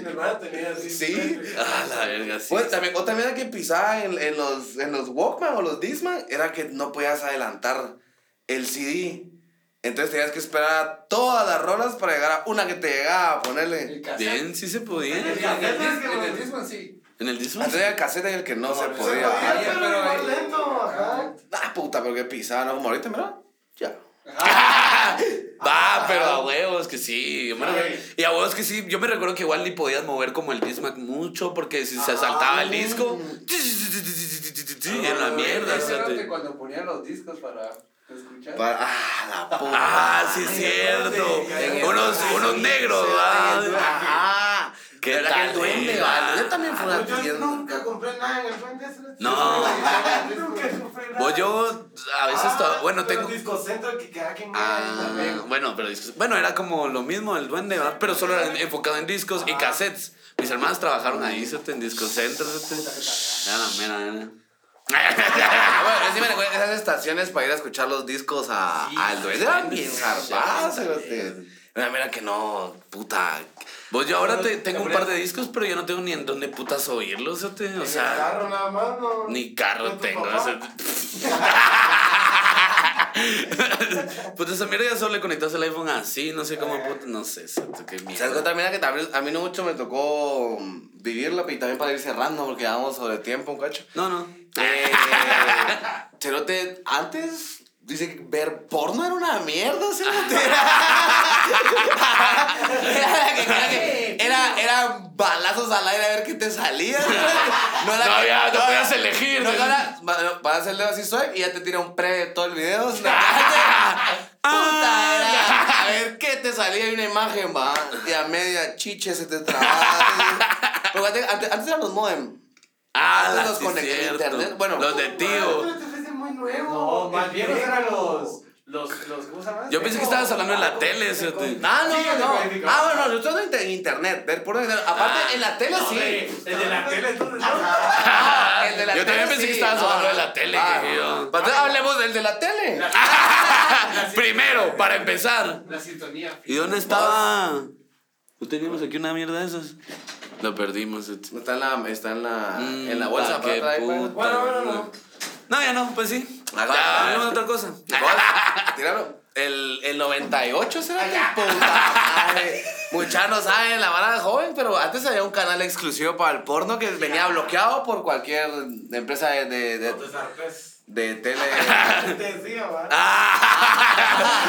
Speaker 4: hermana tenía así.
Speaker 2: Sí.
Speaker 1: A Ah, la verga, sí.
Speaker 2: Pues también, otra mierda que pisaba en, en los, en los Walkman o los Discman era que no podías adelantar el CD. Entonces tenías que esperar a todas las rolas para llegar a una que te llegaba a
Speaker 3: El
Speaker 2: ponerle.
Speaker 3: cassette.
Speaker 1: Bien, sí se podía.
Speaker 3: En el
Speaker 1: En
Speaker 3: disc- en el Discman sí.
Speaker 1: el disco.
Speaker 2: Antes era el cassette y el que no, se
Speaker 4: Se podía,
Speaker 2: podía.
Speaker 3: Oye,
Speaker 4: pero
Speaker 3: pero
Speaker 4: más
Speaker 3: ahí-
Speaker 4: lento, ajá.
Speaker 2: Ah, puta, pero que pisaba, ¿no? Como ahorita, mira. Ya.
Speaker 1: Va, pero a huevos que sí. yo me
Speaker 4: Sí.
Speaker 1: recuerdo- Y a huevos que sí. Yo me recuerdo que igual ni podías mover como el Dismac mucho porque si se saltaba el disco. Y en la mierda.
Speaker 3: Ese era
Speaker 1: fíjate.
Speaker 3: que cuando ponían los discos para escuchar.
Speaker 2: Para- ah, la puta.
Speaker 1: Ah, sí es cierto. Unos, unos negros, ¿va?
Speaker 2: Ajá.
Speaker 1: Qué
Speaker 2: ¿Verdad que el
Speaker 1: tal,
Speaker 2: duende,
Speaker 1: eh?
Speaker 2: va? El duende también fue una
Speaker 4: Yo
Speaker 2: tienda.
Speaker 4: nunca compré nada en el Fuente. ¿sí?
Speaker 1: No.
Speaker 4: Nunca compré nada.
Speaker 1: Pues yo a veces
Speaker 4: Ah,
Speaker 1: to- bueno
Speaker 4: pero
Speaker 1: tengo
Speaker 4: Disco Centro que queda que
Speaker 1: Ah, bueno, pero discos- bueno, era como lo mismo el duende, ¿verdad? Pero solo era enfocado en discos y cassettes. Mis hermanas trabajaron ahí, ¿cierto? en discocentros. Era la mera, era.
Speaker 2: Ah, bueno, sí me recuerdo esas estaciones para ir a escuchar los discos a,
Speaker 1: Ah,
Speaker 2: al duende. Eran bien zarpadas, cerote. Mira, mira que no, puta.
Speaker 1: Vos Pues yo ahora te-
Speaker 3: Pero,
Speaker 1: tengo un
Speaker 3: pero-
Speaker 1: par de discos, pero yo no tengo ni en dónde putas oírlos, ¿cierto? o sea,
Speaker 4: carro nada más, no.
Speaker 1: ni carro
Speaker 4: ¿Con tu
Speaker 1: tengo.
Speaker 4: papá?
Speaker 1: ¿cierto? Pues esa mierda ya solo le conectas el iPhone así, no sé cómo, puta, no sé, exacto, qué mierda.
Speaker 2: Eh. ¿Sabes otra mira que también a mí no mucho me tocó mm, vivirla y también para ir cerrando porque vamos sobre el tiempo, un cacho?
Speaker 1: No, no.
Speaker 2: Eh, Cerote, antes dice que ver porno era una mierda, Cerote. era, que- era que- era- eran balazos al aire a ver qué te salía. No,
Speaker 1: No había- no podías
Speaker 2: había-
Speaker 1: elegir.
Speaker 2: No, no era- va- vas a hacerle así swipe y ya te tira un pre de todo el video. Puta, Ah. era- a ver qué te salía y una imagen, va. Y a media chiche se te trababa. Porque antes, antes- antes eran los modem.
Speaker 1: Ah,
Speaker 2: Antes los
Speaker 1: sí,
Speaker 2: conecté
Speaker 1: cierto.
Speaker 2: internet, bueno.
Speaker 1: los de tío.
Speaker 4: Ah, muy nuevo.
Speaker 3: No, más
Speaker 4: El
Speaker 3: viejos
Speaker 4: viejo.
Speaker 3: eran los, los, los, ¿cómo se llama?
Speaker 1: Yo pensé que estabas hablando de la tele, ¿sí?
Speaker 2: Ah, no,
Speaker 3: Sí, el
Speaker 2: no.
Speaker 3: de
Speaker 2: Ah, bueno, yo estoy en inter- internet. Ver por internet. Aparte,
Speaker 1: Ah,
Speaker 2: en la tele
Speaker 3: No, hombre,
Speaker 2: sí.
Speaker 3: El de la tele, entonces. Ah, ¿no?
Speaker 2: Ah, el de la
Speaker 1: Yo también pensé que estabas hablando de la tele,
Speaker 2: Ah,
Speaker 1: que yo-
Speaker 2: pues, entonces hablemos del de la tele.
Speaker 1: Primero, para empezar.
Speaker 3: La sintonía.
Speaker 1: ¿Y dónde estaba? No teníamos aquí una mierda de esas. Lo perdimos. etc.
Speaker 2: No, Está en la, está en la,
Speaker 1: Mm,
Speaker 2: en la bolsa.
Speaker 1: pa' qué
Speaker 2: para traer,
Speaker 1: puta.
Speaker 2: pues.
Speaker 4: Bueno, bueno, no.
Speaker 1: No, ya no, pues sí.
Speaker 2: Ah,
Speaker 1: Ya
Speaker 2: ah,
Speaker 1: hablemos de
Speaker 2: ah.
Speaker 1: otra cosa.
Speaker 2: Vos, Tiraron. El, el 98 será que puta madre. Muchas no saben, la vara joven, pero antes había un canal exclusivo para el porno que venía bloqueado por cualquier empresa de, de, de,
Speaker 4: Pues, arpes.
Speaker 2: de tele.
Speaker 4: Te decía, va.
Speaker 2: ah,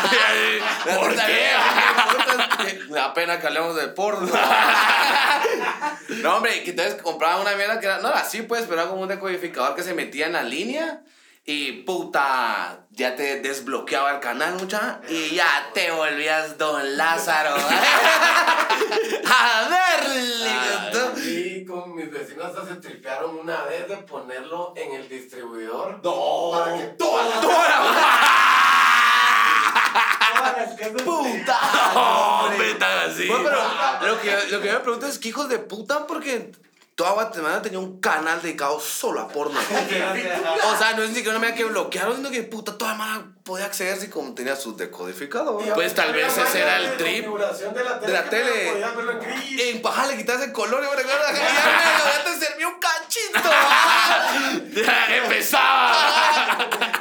Speaker 1: ¿Por qué?
Speaker 2: La pena que hablemos de porno. no, hombre, que entonces compraba una mierda que era, no era así, pues, pero era como un decodificador que se metía en la línea y puta, ya te desbloqueaba el canal, mucha, y ya te volvías Don Lázaro. A ver,
Speaker 4: Y Ah, con mis vecinos hasta se tripearon una vez de ponerlo en el distribuidor.
Speaker 3: No.
Speaker 4: Para que todas las
Speaker 3: Todas las casas-
Speaker 2: puta.
Speaker 1: No,
Speaker 2: hombre.
Speaker 1: hombre, tan así.
Speaker 2: Bueno, pero lo que, lo que yo me pregunto es que hijos de puta, porque toda Guatemala tenía un canal dedicado solo a porno. O sea, no es ni siquiera una manera que bloquearon, sino que puta, toda mala podía acceder si como tenía su decodificador.
Speaker 4: Y
Speaker 1: Pues, tal
Speaker 4: había
Speaker 1: vez ese
Speaker 4: varias
Speaker 1: era el
Speaker 4: de
Speaker 1: trip.
Speaker 4: configuración de la tele.
Speaker 2: De la
Speaker 4: que
Speaker 2: tele.
Speaker 4: podías verlo en gris.
Speaker 2: En paja le quitas el color y bueno, claro, ya, ya, ya te serví un cachito.
Speaker 1: Ya empezaba.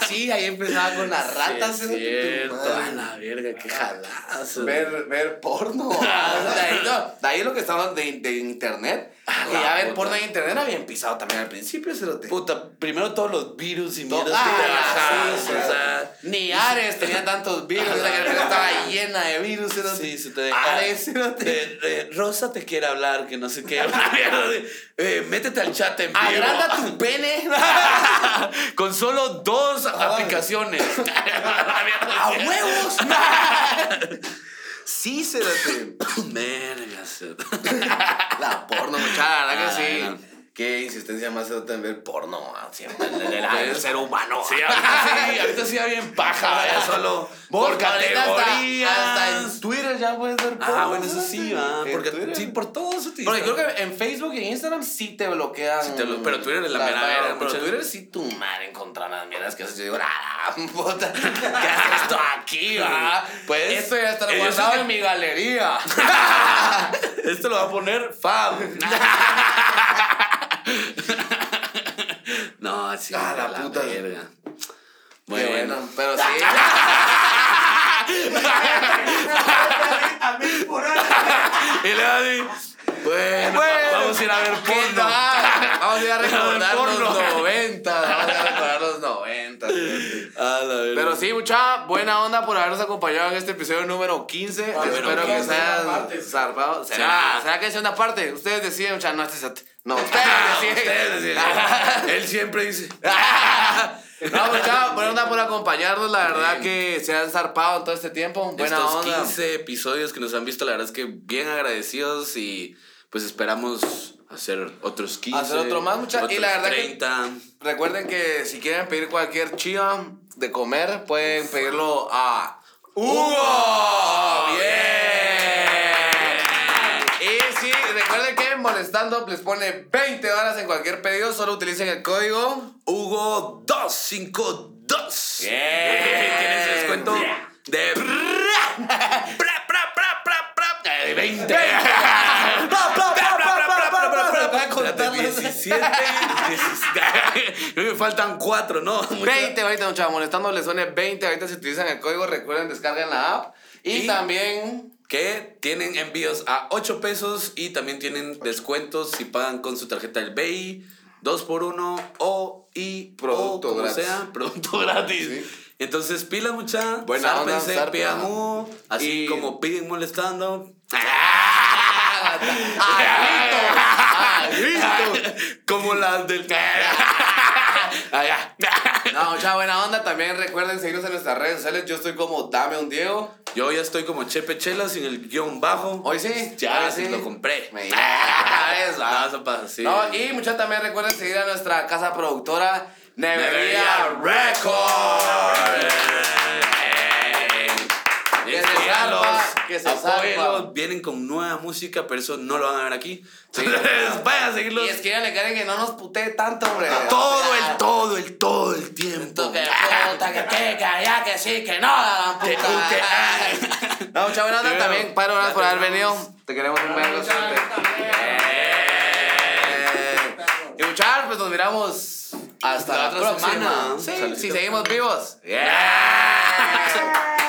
Speaker 2: sí, ahí empezaba con las ratas.
Speaker 1: Sí,
Speaker 2: ¿no?
Speaker 1: es cierto.
Speaker 2: Madre.
Speaker 1: A la verga, qué jalazo.
Speaker 2: Ver, ver porno. Ah, O sea, de, ahí lo, de ahí lo que estamos de, de internet. Que ya ver
Speaker 1: puta.
Speaker 2: porno en internet era bien pisado también al principio, se lo te.
Speaker 1: Puta, primero todos los virus y
Speaker 2: No,
Speaker 1: mierdas que
Speaker 2: ah,
Speaker 1: te bajaban,
Speaker 2: sí, sí,
Speaker 1: o sea.
Speaker 2: Ni Ares tenía tantos virus, la carpeta estaba llena de virus. Ah, ¿no?
Speaker 1: Sí, se te
Speaker 2: Ares, ¿no?
Speaker 1: de- de- Rosa te quiere hablar, que no sé qué. una mierda de, eh, métete al chat en vivo.
Speaker 2: agranda tu pene.
Speaker 1: Con solo dos aplicaciones. Una mierda
Speaker 2: ¡A
Speaker 1: así.
Speaker 2: huevos! sí, Cerote.
Speaker 1: Verga, se-
Speaker 2: La porno, muchacha, la verdad que
Speaker 1: Ah,
Speaker 2: sí. Qué insistencia más Cerote en ver porno. ah, Siempre el, el- el- el ser humano.
Speaker 1: Sí, ahorita sí, ahorita sí va bien paja, ya solo
Speaker 2: Vos,
Speaker 1: por
Speaker 2: ahorita hasta-
Speaker 1: Ah. categorías.
Speaker 2: Hasta, en Twitter ya puedes ver porno.
Speaker 1: Ah, bueno, eso sí,
Speaker 2: Cerote.
Speaker 1: va.
Speaker 2: En
Speaker 1: Porque
Speaker 2: Twitter.
Speaker 1: sí, por todo eso te
Speaker 2: Porque creo que en Facebook y en Instagram sí te bloquean.
Speaker 1: Sí te blo- pero Twitter es la
Speaker 2: las
Speaker 1: mera
Speaker 2: barras,
Speaker 1: verga,
Speaker 2: Pero
Speaker 1: muchas-
Speaker 2: Twitter sí tu madre encontrar las mierdas que haces. Yo digo, ¡ah, la puta! ¿Qué haces esto aquí, va?
Speaker 1: Pues,
Speaker 2: Esto ya está
Speaker 1: ellos
Speaker 2: guardado
Speaker 1: sí
Speaker 2: en mi galería.
Speaker 1: Esto lo va a poner Fab. no, sí.
Speaker 2: Ah, la puta.
Speaker 1: verga.
Speaker 2: Qué
Speaker 1: Bueno.
Speaker 2: Pero sí.
Speaker 3: A mí por ahí.
Speaker 1: Y le va a decir, bueno,
Speaker 2: Bueno.
Speaker 1: vamos a ir a ver
Speaker 2: ¿Qué
Speaker 1: porno.
Speaker 2: tal? Vamos a ir a recordar
Speaker 1: Porno.
Speaker 2: los 90. Vamos a ir a recordar los 90.
Speaker 1: Ah, la verga.
Speaker 2: Pero sí, mucha buena onda por habernos acompañado en este episodio número 15.
Speaker 4: Número
Speaker 2: Espero que
Speaker 4: 15,
Speaker 2: se
Speaker 4: segunda
Speaker 2: hayan
Speaker 4: parte.
Speaker 2: zarpado. ¿Será?
Speaker 1: Será.
Speaker 2: ¿Será que es una parte? Ustedes deciden, mucha no, este es- no, ustedes
Speaker 1: Ah,
Speaker 2: deciden.
Speaker 1: ustedes deciden. Él siempre dice.
Speaker 2: Ah, No, mucha buena onda por acompañarnos. La verdad que se han zarpado en todo este tiempo. Buena
Speaker 1: estos
Speaker 2: onda.
Speaker 1: 15 episodios que nos han visto, la verdad es que bien agradecidos y pues esperamos hacer otros 15.
Speaker 2: Hacer otro más, mucha- y
Speaker 1: otros
Speaker 2: la verdad que-
Speaker 1: 30.
Speaker 2: Recuerden que si quieren pedir cualquier chiva de comer, pueden pedirlo a
Speaker 1: ¡Hugo! Eh.
Speaker 2: ¡Bien! Y sí, recuerden que Molestando les pone 20 horas en cualquier pedido, solo utilicen el código.
Speaker 1: Hugo 252.
Speaker 2: Bien.
Speaker 1: Tienes descuento de. Pra, pra, pra, pra, pra, eh, de 20. Pra, pra, pra, pra, pra, pra, pra, pra, pra, espérate,
Speaker 2: contarlos.
Speaker 1: 17. 16. Me faltan 4, ¿no? Mucha-
Speaker 2: 20, ahorita, muchachos, molestando, les suene 20. Ahorita si utilizan el código, recuerden, descargan la app. Y,
Speaker 1: Y-
Speaker 2: también,
Speaker 1: que tienen envíos a 8 pesos y también tienen descuentos si pagan con su tarjeta del BI, 2 por 1 o y
Speaker 2: Producto
Speaker 1: o como
Speaker 2: gratis.
Speaker 1: sea, producto gratis.
Speaker 2: Sí.
Speaker 1: Entonces, pila mucha,
Speaker 2: Buena
Speaker 1: sárpense,
Speaker 2: onda, zarpa.
Speaker 1: piamu, así
Speaker 2: Y-
Speaker 1: como piden molestando.
Speaker 2: ¡Ah,
Speaker 1: como las del
Speaker 2: Ah,
Speaker 1: Allá.
Speaker 2: no, ya buena onda. También recuerden seguirnos en nuestras redes sociales. Yo estoy como Dame un Diego.
Speaker 1: Yo ya estoy como Chepe Chela sin el guión bajo.
Speaker 2: Hoy sí.
Speaker 1: ya
Speaker 2: hoy
Speaker 1: sí.
Speaker 2: sí.
Speaker 1: lo compré.
Speaker 2: Me dijo, "Ah, es, va".
Speaker 1: No, eso pasa, sí.
Speaker 2: No, y muchachos, también recuerden seguir a nuestra casa productora, Nevería
Speaker 1: Debería
Speaker 2: Records.
Speaker 1: Que
Speaker 2: se zarpa, que se zarpa.
Speaker 1: Vienen con nueva música, pero eso no lo van a ver aquí.
Speaker 2: Sí.
Speaker 1: Entonces, vayan a seguirlos
Speaker 2: Y es que ya le quieren que no nos putee tanto, hombre.
Speaker 1: todo
Speaker 2: Ah,
Speaker 1: el, todo el, todo el tiempo.
Speaker 2: Que puta, que tenga, ya que sí, que no, la
Speaker 1: Que- que-
Speaker 2: puta. No, muchas buenas
Speaker 1: Pero,
Speaker 2: también. Padre, gracias
Speaker 1: ya
Speaker 2: por haber
Speaker 1: terminamos.
Speaker 2: venido. Te queremos un
Speaker 3: Muchas
Speaker 2: vergo
Speaker 3: gracias,
Speaker 2: siempre. Eh, Y muchachos, pues nos miramos hasta la,
Speaker 1: La otra
Speaker 2: próxima.
Speaker 1: semana.
Speaker 2: Sí,
Speaker 1: Saludcita.
Speaker 2: si seguimos vivos.
Speaker 1: Yeah.